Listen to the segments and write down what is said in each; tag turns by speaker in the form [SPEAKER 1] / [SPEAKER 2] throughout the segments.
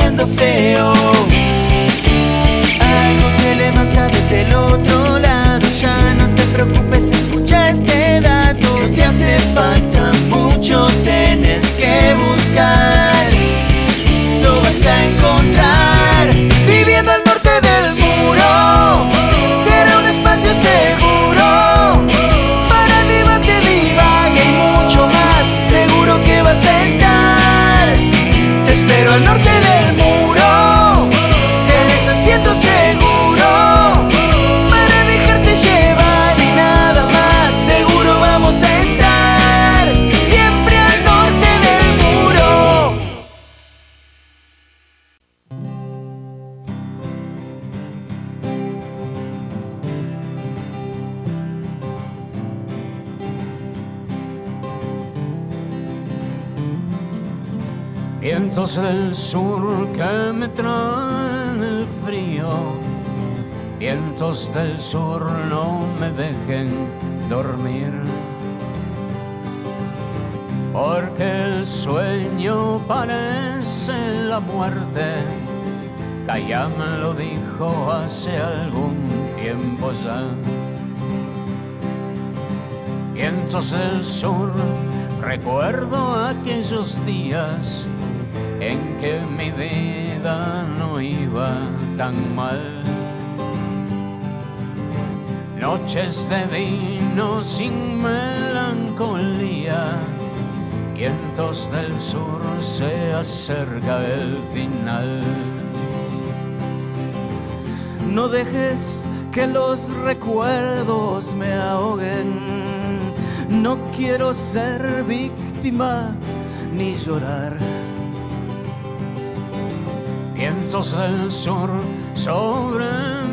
[SPEAKER 1] algo feo. Algo que levanta desde el otro lado. Ya no te preocupes, escucha este dato. No te hace falta mucho, tienes que buscar. Lo vas a encontrar viviendo al norte del muro. Será un espacio seguro para el debate, divague y mucho más. Seguro que vas a estar. Te espero al norte del muro. Tienes asiento seguro para dejarte llevar y nada más. Seguro vamos a estar siempre al norte del muro.
[SPEAKER 2] Vientos del sur que me traen el frío, vientos del sur no me dejen dormir, porque el sueño parece la muerte, Cayam lo dijo hace algún tiempo ya vientos del sur, recuerdo aquellos días en que mi vida no iba tan mal. Noches de vino sin melancolía, vientos del sur se acerca el final.
[SPEAKER 3] No dejes que los recuerdos me ahoguen. No quiero ser víctima ni llorar.
[SPEAKER 2] vientos del sur sobre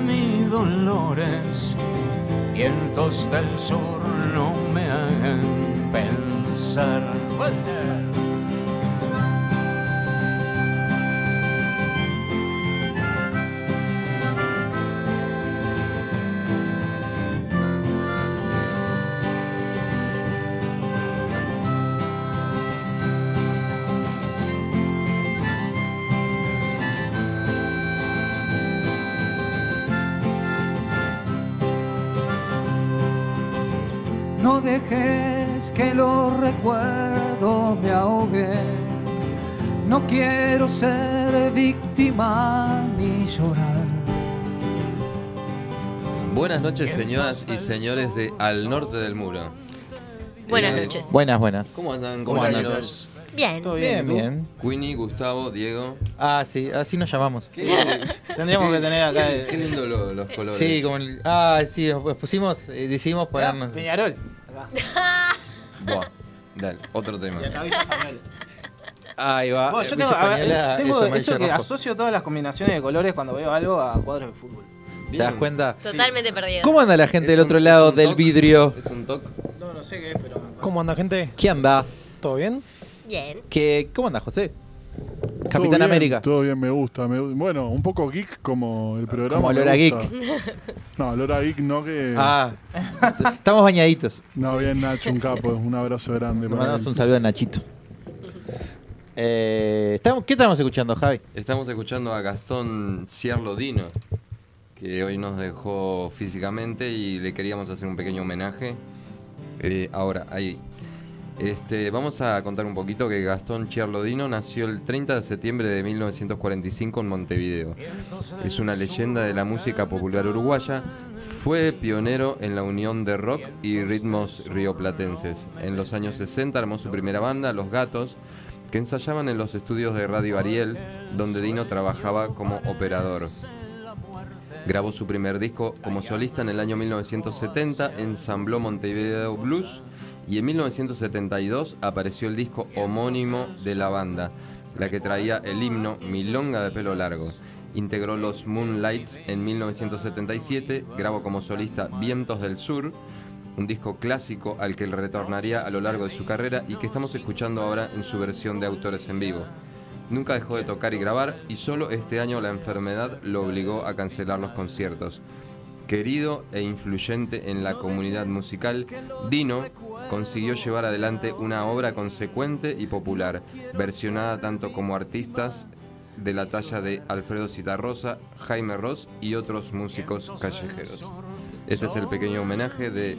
[SPEAKER 2] mis dolores, vientos del sur no me hagan pensar.
[SPEAKER 4] No dejes que los recuerdos me ahoguen. No quiero ser víctima ni llorar.
[SPEAKER 5] Buenas noches, señoras y señores de Al Norte del Muro.
[SPEAKER 6] Buenas
[SPEAKER 5] Eh,
[SPEAKER 6] noches.
[SPEAKER 7] Buenas, buenas.
[SPEAKER 5] ¿Cómo andan,
[SPEAKER 7] ¿Cómo andan?
[SPEAKER 5] compañeros?
[SPEAKER 6] Bien.
[SPEAKER 7] Todo bien,
[SPEAKER 3] Bien,
[SPEAKER 7] bien.
[SPEAKER 5] Queenie, Gustavo, Diego.
[SPEAKER 7] Ah, sí, así nos llamamos.
[SPEAKER 5] ¿Qué,
[SPEAKER 7] Tendríamos que tener acá.
[SPEAKER 5] qué- qué
[SPEAKER 7] eh,
[SPEAKER 5] lindo lo- los colores.
[SPEAKER 7] Sí, como el- Ah, sí, nos pusimos, eh, decidimos
[SPEAKER 8] Ah,
[SPEAKER 7] ponernos.
[SPEAKER 3] Peñarol.
[SPEAKER 5] Buah, dale, otro tema.
[SPEAKER 7] Ahí va.
[SPEAKER 3] Bueno, yo
[SPEAKER 7] eh,
[SPEAKER 3] tengo,
[SPEAKER 7] Villa
[SPEAKER 3] a ver,
[SPEAKER 7] Española,
[SPEAKER 3] tengo
[SPEAKER 7] es amarillo
[SPEAKER 3] eso que
[SPEAKER 7] rojo.
[SPEAKER 3] asocio todas las combinaciones de colores cuando veo algo a cuadros de fútbol.
[SPEAKER 7] ¿Te
[SPEAKER 5] Bien.
[SPEAKER 7] das cuenta?
[SPEAKER 6] Totalmente perdida.
[SPEAKER 7] ¿Cómo anda la gente
[SPEAKER 5] Es
[SPEAKER 7] del
[SPEAKER 5] un-
[SPEAKER 7] otro
[SPEAKER 5] es
[SPEAKER 7] lado
[SPEAKER 5] un
[SPEAKER 7] del
[SPEAKER 5] toc.
[SPEAKER 7] vidrio?
[SPEAKER 5] Es un toque.
[SPEAKER 3] No, no sé qué es, pero.
[SPEAKER 8] ¿Cómo anda, gente?
[SPEAKER 7] ¿Qué anda?
[SPEAKER 8] ¿Todo bien?
[SPEAKER 6] Bien.
[SPEAKER 7] ¿Qué, ¿Cómo anda, José? Capitán
[SPEAKER 9] bien,
[SPEAKER 7] América.
[SPEAKER 9] Todo bien, me gusta. me gu- bueno, un poco geek como el programa.
[SPEAKER 7] Como
[SPEAKER 9] me
[SPEAKER 7] Lora
[SPEAKER 9] gusta. No, Lora Geek no que...
[SPEAKER 7] Ah, estamos bañaditos.
[SPEAKER 9] No, bien Nacho, un capo. Un abrazo grande.
[SPEAKER 7] Le
[SPEAKER 9] para
[SPEAKER 7] mandamos
[SPEAKER 9] él.
[SPEAKER 7] un saludo a Nachito. Eh, estamos- ¿Qué estamos escuchando, Javi?
[SPEAKER 5] Estamos escuchando a Gastón Cierlodino, que hoy nos dejó físicamente y le queríamos hacer un pequeño homenaje. Eh, ahora, ahí. Este, vamos a contar un poquito que Gastón Cierlodino nació el 30 de septiembre de 1945 en Montevideo. Es una leyenda de la música popular uruguaya. Fue pionero en la unión de rock y ritmos rioplatenses. En los años 60 armó su primera banda, Los Gatos, que ensayaban en los estudios de Radio Ariel, donde Dino trabajaba como operador. Grabó su primer disco como solista en el año 1970, ensambló Montevideo Blues y en 1972 apareció el disco homónimo de la banda, la que traía el himno Milonga de pelo largo. Integró los Moonlights en 1977, grabó como solista Vientos del Sur, un disco clásico al que él retornaría a lo largo de su carrera y que estamos escuchando ahora en su versión de autores en vivo. Nunca dejó de tocar y grabar y solo este año la enfermedad lo obligó a cancelar los conciertos. Querido e influyente en la comunidad musical, Dino consiguió llevar adelante una obra consecuente y popular, versionada tanto como artistas de la talla de Alfredo Citarrosa, Jaime Ross y otros músicos callejeros. Este es el pequeño homenaje de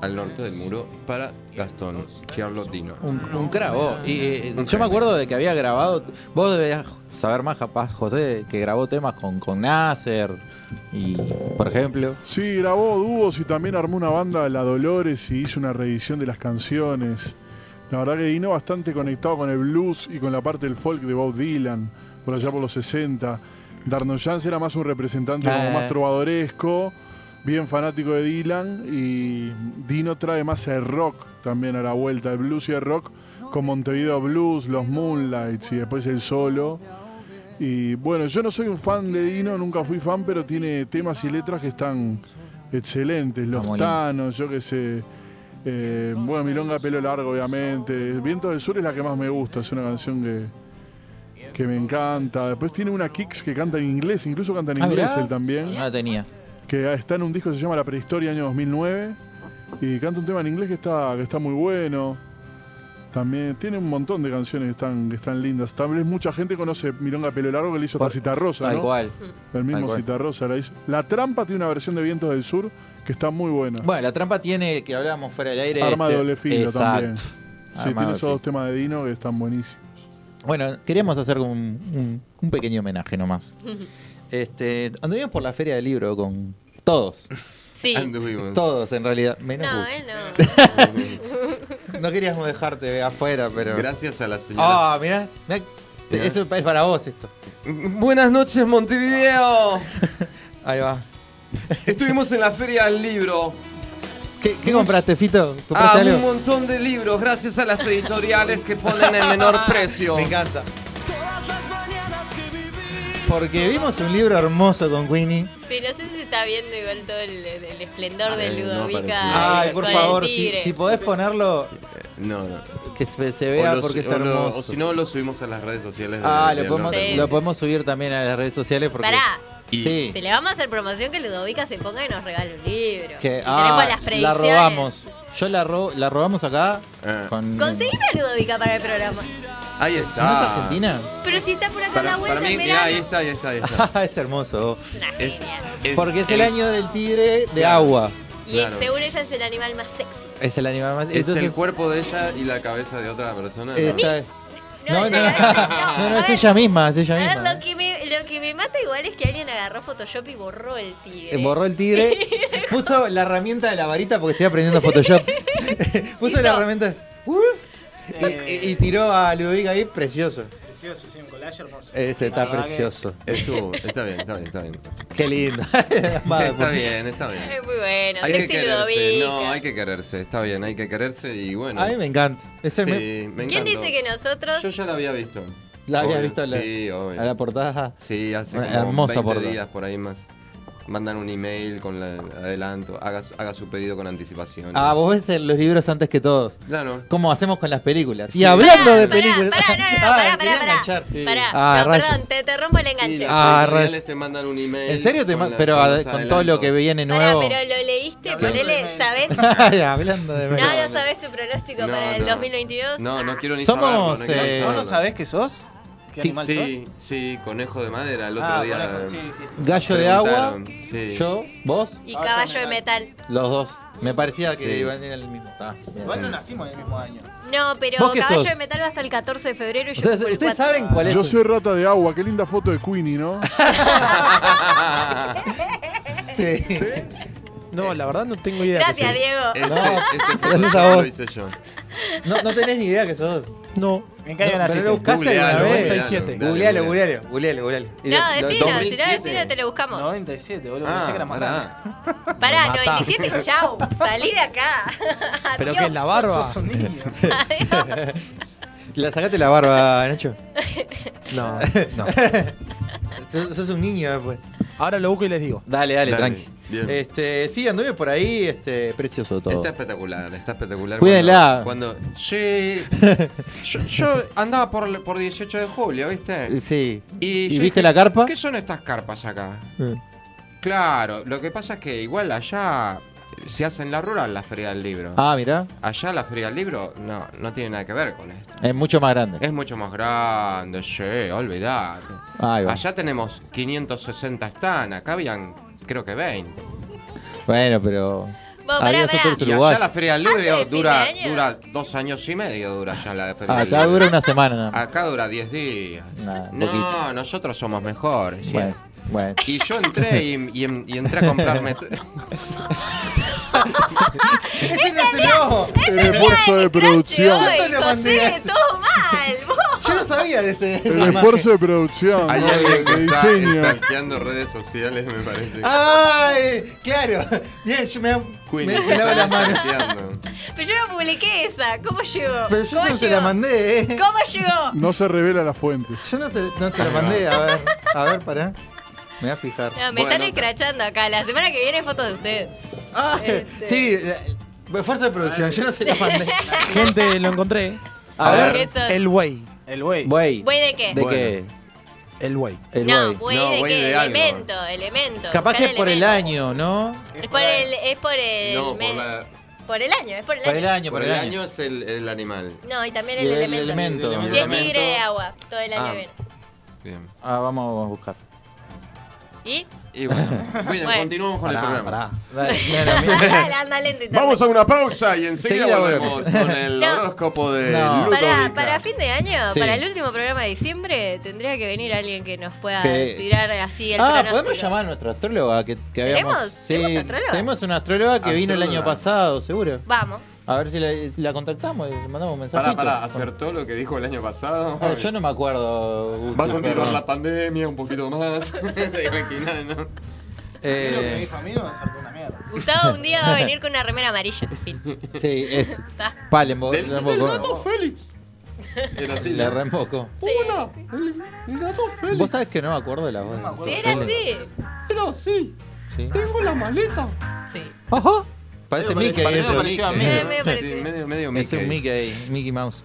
[SPEAKER 5] Al Norte del Muro para Gastón Chiarlotino.
[SPEAKER 7] Un, un cravo. Y, eh, yo
[SPEAKER 5] Un
[SPEAKER 7] me
[SPEAKER 5] cravo.
[SPEAKER 7] acuerdo de que había grabado. Vos deberías saber más, capaz, José, que grabó temas con, con Nasser. Y, por ejemplo.
[SPEAKER 9] Sí, grabó dúos y también armó una banda, La Dolores, y hizo una reedición de las canciones. La verdad que vino bastante conectado con el blues y con la parte del folk de Bob Dylan, por allá por los 60. Darno Chance era más un representante como
[SPEAKER 7] Ah.
[SPEAKER 9] más trovadoresco, bien fanático de Dylan, y Dino trae más el rock también a la vuelta, el blues y el rock, con Montevideo Blues, los Moonlights y después el solo. Y bueno, yo no soy un fan de Dino, nunca fui fan, pero tiene temas y letras que están excelentes. Los
[SPEAKER 7] Está muy lindo.
[SPEAKER 9] Tanos, yo qué sé. Eh, bueno, Milonga Pelo Largo, obviamente. Vientos del Sur es la que más me gusta, es una canción que, que me encanta. Después tiene una Kicks que canta en inglés, incluso canta en
[SPEAKER 7] Ah,
[SPEAKER 9] inglés
[SPEAKER 7] mirá.
[SPEAKER 9] él también.
[SPEAKER 7] No la tenía.
[SPEAKER 9] Que está en un disco que se llama La Prehistoria, año 2009. Y canta un tema en inglés que está, que está muy bueno. También tiene un montón de canciones que están, que están lindas. Tal vez mucha gente conoce Milonga Pelo Largo que le hizo
[SPEAKER 7] Por-
[SPEAKER 9] Tacita Rosa,
[SPEAKER 7] Tal
[SPEAKER 9] ¿no?
[SPEAKER 7] cual.
[SPEAKER 9] El
[SPEAKER 7] Tal
[SPEAKER 9] mismo
[SPEAKER 7] cual.
[SPEAKER 9] Citarrosa la hizo. La Trampa tiene una versión de Vientos del Sur que está muy buena.
[SPEAKER 7] Bueno, la trampa tiene que hablábamos fuera del aire.
[SPEAKER 9] Arma de
[SPEAKER 7] este-
[SPEAKER 9] doble filo
[SPEAKER 7] Exacto.
[SPEAKER 9] también.
[SPEAKER 7] Arma
[SPEAKER 9] sí,
[SPEAKER 7] de
[SPEAKER 9] tiene
[SPEAKER 7] doble
[SPEAKER 9] esos
[SPEAKER 7] filo.
[SPEAKER 9] dos temas de Dino que están buenísimos.
[SPEAKER 7] Bueno, queríamos hacer un, un- un pequeño homenaje nomás. Este, anduvimos por la feria del libro con todos,
[SPEAKER 6] Sí.
[SPEAKER 5] Anduvimos.
[SPEAKER 7] todos en realidad, menos
[SPEAKER 6] No,
[SPEAKER 7] vos.
[SPEAKER 6] él no.
[SPEAKER 7] No queríamos dejarte afuera, pero.
[SPEAKER 5] Gracias a la señora.
[SPEAKER 7] Ah, mirá, mirá, te-
[SPEAKER 5] Mirá.
[SPEAKER 7] eso es para vos esto.
[SPEAKER 5] Buenas noches, Montevideo.
[SPEAKER 7] Ahí va.
[SPEAKER 5] Estuvimos en la Feria del Libro.
[SPEAKER 7] ¿Qué, qué compraste, Fito?
[SPEAKER 5] Ah,
[SPEAKER 7] ¿Compraste
[SPEAKER 5] un
[SPEAKER 7] algo?
[SPEAKER 5] montón de libros, gracias a las editoriales que ponen el menor precio.
[SPEAKER 7] Me encanta. Porque vimos un libro hermoso con Winnie.
[SPEAKER 6] Sí, no sé si se está viendo igual todo el, el- el esplendor de
[SPEAKER 5] Ay, Ah, Eh, no
[SPEAKER 6] Ludovica.
[SPEAKER 5] apareció.
[SPEAKER 6] y
[SPEAKER 7] Ay,
[SPEAKER 6] los
[SPEAKER 7] por
[SPEAKER 6] ojos del
[SPEAKER 7] favor, si,
[SPEAKER 6] tigre.
[SPEAKER 7] si podés ponerlo,
[SPEAKER 5] Eh, No, no.
[SPEAKER 7] que se, se
[SPEAKER 5] O
[SPEAKER 7] vea
[SPEAKER 5] lo-
[SPEAKER 7] porque es
[SPEAKER 5] o lo-
[SPEAKER 7] hermoso.
[SPEAKER 5] o si no, lo subimos a las redes sociales. de-
[SPEAKER 7] Ah, lo
[SPEAKER 5] de
[SPEAKER 7] podemos,
[SPEAKER 5] Alberto.
[SPEAKER 6] Sí,
[SPEAKER 7] lo
[SPEAKER 6] sí.
[SPEAKER 7] podemos subir también a las redes sociales porque.
[SPEAKER 6] Pará,
[SPEAKER 5] Y-
[SPEAKER 7] Sí.
[SPEAKER 6] si le vamos a hacer promoción que Ludovica se ponga y nos regale un libro.
[SPEAKER 7] Que,
[SPEAKER 6] Y
[SPEAKER 7] ah,
[SPEAKER 6] tenemos las predicciones.
[SPEAKER 7] la robamos. Yo la, ro- la robamos acá.
[SPEAKER 5] Ah.
[SPEAKER 7] Con,
[SPEAKER 6] Conseguime a Ludovica para el programa.
[SPEAKER 5] Ahí
[SPEAKER 7] ¿No es
[SPEAKER 5] está.
[SPEAKER 7] Argentina?
[SPEAKER 6] Pero si está por acá a la
[SPEAKER 5] Para,
[SPEAKER 6] vuelta,
[SPEAKER 5] para mí,
[SPEAKER 6] en
[SPEAKER 5] mira, ahí
[SPEAKER 6] verano.
[SPEAKER 5] está, ahí está, ahí está.
[SPEAKER 7] es hermoso.
[SPEAKER 6] Una
[SPEAKER 5] Es-
[SPEAKER 6] genia.
[SPEAKER 5] es
[SPEAKER 7] Porque es el año del tigre de agua.
[SPEAKER 6] Y
[SPEAKER 5] claro.
[SPEAKER 6] seguro ella es el animal más sexy.
[SPEAKER 7] Es el animal más.
[SPEAKER 5] Es
[SPEAKER 7] entonces-
[SPEAKER 5] el cuerpo de ella y la cabeza de otra persona.
[SPEAKER 7] eh,
[SPEAKER 5] ¿no?
[SPEAKER 7] está- No, no, no, no,
[SPEAKER 6] a
[SPEAKER 7] es
[SPEAKER 6] ver,
[SPEAKER 7] ella misma, es ella
[SPEAKER 6] a ver,
[SPEAKER 7] misma.
[SPEAKER 6] lo que, me, lo que me mata igual es que alguien agarró Photoshop y borró el tigre.
[SPEAKER 7] Eh, Borró el tigre, puso la herramienta de la varita porque estoy aprendiendo Photoshop. puso la
[SPEAKER 6] Hizo.
[SPEAKER 7] herramienta. uf, y,
[SPEAKER 5] Eh,
[SPEAKER 7] y- y tiró a Ludovica ahí, precioso.
[SPEAKER 3] eh, Precioso, sí, un collage hermoso.
[SPEAKER 7] Ese
[SPEAKER 3] La verdad
[SPEAKER 7] está
[SPEAKER 3] que-
[SPEAKER 7] precioso.
[SPEAKER 5] Estuvo, está bien, está bien, está bien.
[SPEAKER 7] Qué lindo. Amado,
[SPEAKER 5] Está bien, está bien.
[SPEAKER 6] Es muy bueno,
[SPEAKER 5] Hay que
[SPEAKER 6] sexy
[SPEAKER 5] quererse,
[SPEAKER 6] Ludovica.
[SPEAKER 5] no, hay que quererse, está bien, hay que quererse y bueno.
[SPEAKER 7] A mí me encanta. Es el me-
[SPEAKER 5] Sí, me
[SPEAKER 6] ¿Quién
[SPEAKER 5] encantó.
[SPEAKER 6] dice que nosotros?
[SPEAKER 5] Yo ya la había visto.
[SPEAKER 7] La había
[SPEAKER 5] Obvio,
[SPEAKER 7] visto la-
[SPEAKER 5] Sí, obvio.
[SPEAKER 7] a la portada.
[SPEAKER 5] Sí, hace
[SPEAKER 7] Una
[SPEAKER 5] como
[SPEAKER 7] hermosa
[SPEAKER 5] 20
[SPEAKER 7] portada.
[SPEAKER 5] días por ahí más. Mandan un email con la- el adelanto, haga, su- haga su pedido con anticipación.
[SPEAKER 7] Ah, vos ves el- los libros antes que todos.
[SPEAKER 5] Claro.
[SPEAKER 7] Como hacemos con las películas.
[SPEAKER 5] Sí.
[SPEAKER 7] Y hablando
[SPEAKER 6] Pará,
[SPEAKER 7] de
[SPEAKER 6] pará,
[SPEAKER 7] películas.
[SPEAKER 6] Pará, no, no, no,
[SPEAKER 7] Ah,
[SPEAKER 6] pará,
[SPEAKER 7] quería
[SPEAKER 6] pará, pará.
[SPEAKER 7] enganchar.
[SPEAKER 6] Pará.
[SPEAKER 7] Ah,
[SPEAKER 6] no,
[SPEAKER 7] rayos.
[SPEAKER 6] perdón, te, te rompo el enganche.
[SPEAKER 5] Sí, las
[SPEAKER 7] Ah,
[SPEAKER 5] editoriales te mandan un email.
[SPEAKER 7] ¿En serio? Te
[SPEAKER 5] con
[SPEAKER 7] ma-
[SPEAKER 5] la-
[SPEAKER 7] pero
[SPEAKER 5] con
[SPEAKER 7] a-
[SPEAKER 5] los
[SPEAKER 7] con todo lo que
[SPEAKER 5] adelantos.
[SPEAKER 7] viene
[SPEAKER 6] Pará,
[SPEAKER 7] nuevo.
[SPEAKER 6] pero lo leíste,
[SPEAKER 3] Hablando de
[SPEAKER 6] ponele,
[SPEAKER 3] mensa.
[SPEAKER 6] ¿sabés?
[SPEAKER 7] Ay, hablando de
[SPEAKER 6] No,
[SPEAKER 7] películas.
[SPEAKER 6] no sabés tu pronóstico
[SPEAKER 5] No,
[SPEAKER 6] para el
[SPEAKER 5] no.
[SPEAKER 6] 2022.
[SPEAKER 5] No, no quiero ni
[SPEAKER 7] Somos,
[SPEAKER 5] saberlo, no quiero
[SPEAKER 7] eh,
[SPEAKER 3] ¿Vos no
[SPEAKER 5] saberlo.
[SPEAKER 3] sabés qué sos? ¿Qué
[SPEAKER 7] Sí,
[SPEAKER 3] animal
[SPEAKER 5] Sí, sí, conejo de madera. El
[SPEAKER 3] sos?
[SPEAKER 5] otro
[SPEAKER 3] Ah,
[SPEAKER 5] día.
[SPEAKER 3] conejo, sí, sí.
[SPEAKER 7] Gallo de agua.
[SPEAKER 5] preguntaron, sí.
[SPEAKER 7] Yo, vos,
[SPEAKER 6] Y
[SPEAKER 3] Ah,
[SPEAKER 6] caballo de
[SPEAKER 3] ya me-
[SPEAKER 6] metal.
[SPEAKER 7] los dos. Me parecía que
[SPEAKER 5] Sí.
[SPEAKER 7] iban a ir al mismo. Ah,
[SPEAKER 3] Igual no nacimos en el mismo año.
[SPEAKER 6] No, pero
[SPEAKER 7] ¿Vos qué
[SPEAKER 6] caballo
[SPEAKER 7] sos?
[SPEAKER 6] de metal va hasta el 14 de febrero y yo
[SPEAKER 7] Ustedes,
[SPEAKER 6] cumplo el
[SPEAKER 7] ustedes
[SPEAKER 6] 4.
[SPEAKER 7] saben cuál es.
[SPEAKER 9] Yo
[SPEAKER 7] su-
[SPEAKER 9] soy rata de agua, qué linda foto de Queenie, ¿no?
[SPEAKER 5] Ah.
[SPEAKER 7] Sí.
[SPEAKER 8] No, la verdad no tengo idea.
[SPEAKER 6] Gracias, Diego.
[SPEAKER 5] Este,
[SPEAKER 7] No,
[SPEAKER 5] este fue
[SPEAKER 7] gracias
[SPEAKER 5] lo
[SPEAKER 7] a
[SPEAKER 5] que
[SPEAKER 7] vos.
[SPEAKER 5] hice yo.
[SPEAKER 7] No, no tenés ni idea que sos.
[SPEAKER 8] No,
[SPEAKER 3] ¿En qué año
[SPEAKER 7] No,
[SPEAKER 3] naciste?
[SPEAKER 7] pero lo buscaste alguna
[SPEAKER 5] Googlealo,
[SPEAKER 7] vez.
[SPEAKER 8] 97.
[SPEAKER 5] googlealo,
[SPEAKER 7] Googlealo, googlealo, googlealo, googlealo. Y
[SPEAKER 6] No,
[SPEAKER 7] lo-
[SPEAKER 6] decilo,
[SPEAKER 7] lo-
[SPEAKER 6] si no
[SPEAKER 5] 2007.
[SPEAKER 6] decilo te lo buscamos.
[SPEAKER 3] 97, boludo. pensé que
[SPEAKER 5] Ah,
[SPEAKER 3] era más grande.
[SPEAKER 5] pará.
[SPEAKER 6] Pará,
[SPEAKER 8] Me mata.
[SPEAKER 6] 97, chau. Salí de acá.
[SPEAKER 8] pero
[SPEAKER 6] Adiós.
[SPEAKER 8] que es la barba.
[SPEAKER 3] Sos un niño.
[SPEAKER 6] Adiós.
[SPEAKER 7] La sacaste la barba, Nacho.
[SPEAKER 8] No, no.
[SPEAKER 7] Sos, sos un niño después.
[SPEAKER 8] Ahora lo busco y les digo.
[SPEAKER 7] Dale, dale,
[SPEAKER 5] Dale,
[SPEAKER 7] tranqui.
[SPEAKER 5] bien.
[SPEAKER 7] Este, sí, anduve por ahí, este, precioso todo.
[SPEAKER 5] Está espectacular, está espectacular.
[SPEAKER 7] Cuídenla.
[SPEAKER 5] Cuando, cuando- sí, yo, yo andaba por, por 18 de julio, ¿viste?
[SPEAKER 7] Sí.
[SPEAKER 5] Y,
[SPEAKER 7] ¿Y
[SPEAKER 5] yo
[SPEAKER 7] viste
[SPEAKER 5] dije,
[SPEAKER 7] la carpa?
[SPEAKER 5] ¿Qué son estas carpas acá?
[SPEAKER 7] Mm.
[SPEAKER 5] Claro, lo que pasa es que igual allá se hace en la rural la feria del libro.
[SPEAKER 7] Ah, mirá.
[SPEAKER 5] Allá la feria del libro no, no tiene nada que ver con esto.
[SPEAKER 7] Es mucho más grande.
[SPEAKER 5] Es mucho más grande, che, olvidate.
[SPEAKER 7] Ahí va.
[SPEAKER 5] Allá tenemos 560 stand, acá habían creo que 20.
[SPEAKER 7] Bueno, pero.
[SPEAKER 6] Bueno,
[SPEAKER 7] Había
[SPEAKER 6] pará,
[SPEAKER 7] esos
[SPEAKER 6] pará.
[SPEAKER 7] otros
[SPEAKER 5] Y allá
[SPEAKER 7] uruguayos.
[SPEAKER 5] la feria del libro
[SPEAKER 6] ¿Hace
[SPEAKER 5] dura,
[SPEAKER 6] 20 años?
[SPEAKER 5] dura dos años y medio, dura ya la feria
[SPEAKER 7] Ah,
[SPEAKER 5] del
[SPEAKER 7] acá
[SPEAKER 5] libro.
[SPEAKER 7] dura una semana. nada más.
[SPEAKER 5] Acá dura 10 días.
[SPEAKER 7] Nada,
[SPEAKER 5] no,
[SPEAKER 7] poquito.
[SPEAKER 5] nosotros somos mejores. ¿sí?
[SPEAKER 7] Bueno, bueno.
[SPEAKER 5] Y yo entré y, y en- y entré a comprarme.
[SPEAKER 1] Ese no es el ojo.
[SPEAKER 9] El Este esfuerzo de producción.
[SPEAKER 1] hoy.
[SPEAKER 6] Ay,
[SPEAKER 1] Yo no mandé
[SPEAKER 6] José,
[SPEAKER 1] eso.
[SPEAKER 6] todo mal. vos.
[SPEAKER 1] Yo no sabía de ese. esa
[SPEAKER 9] El
[SPEAKER 1] imagen.
[SPEAKER 9] esfuerzo de producción,
[SPEAKER 5] Hay
[SPEAKER 9] ¿no? de
[SPEAKER 5] alguien que está
[SPEAKER 9] diseño.
[SPEAKER 5] stalkeando redes sociales, me parece.
[SPEAKER 1] Ay, claro. Bien, yo me, me,
[SPEAKER 5] Queen,
[SPEAKER 1] me lavo las manos.
[SPEAKER 5] stalkeando.
[SPEAKER 6] Pero yo no publiqué esa. ¿Cómo llegó?
[SPEAKER 1] Pero yo
[SPEAKER 6] ¿Cómo
[SPEAKER 1] no se
[SPEAKER 6] llegó?
[SPEAKER 1] la mandé, eh.
[SPEAKER 6] ¿Cómo llegó?
[SPEAKER 9] No se revela la fuente.
[SPEAKER 1] Yo no se, no se la mandé. A ver, a ver, pará. Me voy a fijar.
[SPEAKER 6] No, me
[SPEAKER 5] Bueno.
[SPEAKER 6] están escrachando acá. La semana que viene fotos de usted.
[SPEAKER 1] Ah,
[SPEAKER 6] Este.
[SPEAKER 1] sí, la- esfuerzo de producción. Yo no se la mandé.
[SPEAKER 8] Gente, lo encontré.
[SPEAKER 7] A
[SPEAKER 5] ver.
[SPEAKER 6] ¿Qué son?
[SPEAKER 8] El güey.
[SPEAKER 3] El güey.
[SPEAKER 7] Güey.
[SPEAKER 6] ¿Buey de qué?
[SPEAKER 7] ¿De
[SPEAKER 5] Bueno.
[SPEAKER 7] qué?
[SPEAKER 8] El güey.
[SPEAKER 7] El
[SPEAKER 6] no,
[SPEAKER 7] güey.
[SPEAKER 6] buey
[SPEAKER 5] No,
[SPEAKER 6] ah, de
[SPEAKER 5] buey
[SPEAKER 6] qué?
[SPEAKER 5] de algo.
[SPEAKER 6] elemento, elemento.
[SPEAKER 1] Capaz que
[SPEAKER 6] buscar
[SPEAKER 1] es por el
[SPEAKER 6] elemento.
[SPEAKER 1] año, ¿no?
[SPEAKER 6] Es por el, es por el,
[SPEAKER 5] No, por,
[SPEAKER 6] men-
[SPEAKER 5] la-
[SPEAKER 6] por el año, es por el
[SPEAKER 7] Por
[SPEAKER 6] año.
[SPEAKER 7] el año,
[SPEAKER 5] por el año es el, el animal.
[SPEAKER 6] No, y también
[SPEAKER 7] Y
[SPEAKER 6] el,
[SPEAKER 7] el
[SPEAKER 6] elemento.
[SPEAKER 7] elemento.
[SPEAKER 6] Y el
[SPEAKER 5] Elemento.
[SPEAKER 6] tigre de agua, todo el año
[SPEAKER 5] Ah.
[SPEAKER 6] viene.
[SPEAKER 5] Bien.
[SPEAKER 7] Ah, vamos a buscar.
[SPEAKER 6] ¿Y?
[SPEAKER 5] Y bueno, bueno,
[SPEAKER 6] Bueno.
[SPEAKER 5] continuamos con el programa.
[SPEAKER 1] Dale, claro, mira.
[SPEAKER 6] Dale, anda lento y todo.
[SPEAKER 5] Vamos a una pausa y enseguida
[SPEAKER 7] Seguida
[SPEAKER 5] volvemos con el
[SPEAKER 6] No.
[SPEAKER 5] horóscopo de
[SPEAKER 7] No.
[SPEAKER 5] Ludovica.
[SPEAKER 6] Para, para fin de año,
[SPEAKER 7] Sí.
[SPEAKER 6] para el último programa de diciembre, tendría que venir alguien que nos pueda
[SPEAKER 7] Que-
[SPEAKER 6] tirar así el
[SPEAKER 7] Ah,
[SPEAKER 6] pronóstico.
[SPEAKER 7] podemos llamar a nuestra astróloga que, que habíamos.
[SPEAKER 6] ¿Tenemos? ¿Tenemos astróloga?
[SPEAKER 7] tenemos una astróloga que vino el año
[SPEAKER 5] Astróloga.
[SPEAKER 7] pasado, seguro.
[SPEAKER 6] Vamos.
[SPEAKER 7] A ver si la, si la contactamos y le mandamos un mensaje.
[SPEAKER 5] Pará, pará, acertó lo que dijo el año pasado.
[SPEAKER 7] Ah, yo no me acuerdo. Gusti,
[SPEAKER 5] Va a continuar
[SPEAKER 7] perdón.
[SPEAKER 5] la pandemia un poquito más. Te imaginas, ¿no?
[SPEAKER 3] Lo que me
[SPEAKER 7] Eh,
[SPEAKER 3] dijo a mí no me saltó una mierda.
[SPEAKER 6] Gustavo un día va a venir con una remera amarilla. Fin.
[SPEAKER 7] sí, es. Palen, bo-
[SPEAKER 5] Del,
[SPEAKER 7] la
[SPEAKER 5] del
[SPEAKER 7] embocó.
[SPEAKER 5] gato Félix. Era así.
[SPEAKER 7] La reembocó.
[SPEAKER 5] Hola, el, el gato Félix.
[SPEAKER 7] Vos sabés que no me acuerdo de la voz.
[SPEAKER 3] me acuerdo.
[SPEAKER 6] Sí, era así.
[SPEAKER 5] Pero sí,
[SPEAKER 7] Sí.
[SPEAKER 5] tengo la maleta.
[SPEAKER 6] Sí.
[SPEAKER 7] Ajá. Parece
[SPEAKER 3] Pero
[SPEAKER 7] Mickey.
[SPEAKER 3] parece-
[SPEAKER 7] Parece
[SPEAKER 3] parece- parecido a mí,
[SPEAKER 6] ¿no?
[SPEAKER 5] medio,
[SPEAKER 6] Sí,
[SPEAKER 5] medio,
[SPEAKER 6] parecido.
[SPEAKER 5] medio, medio
[SPEAKER 7] es un
[SPEAKER 5] Mickey.
[SPEAKER 7] Mickey ahí, Mickey Mouse.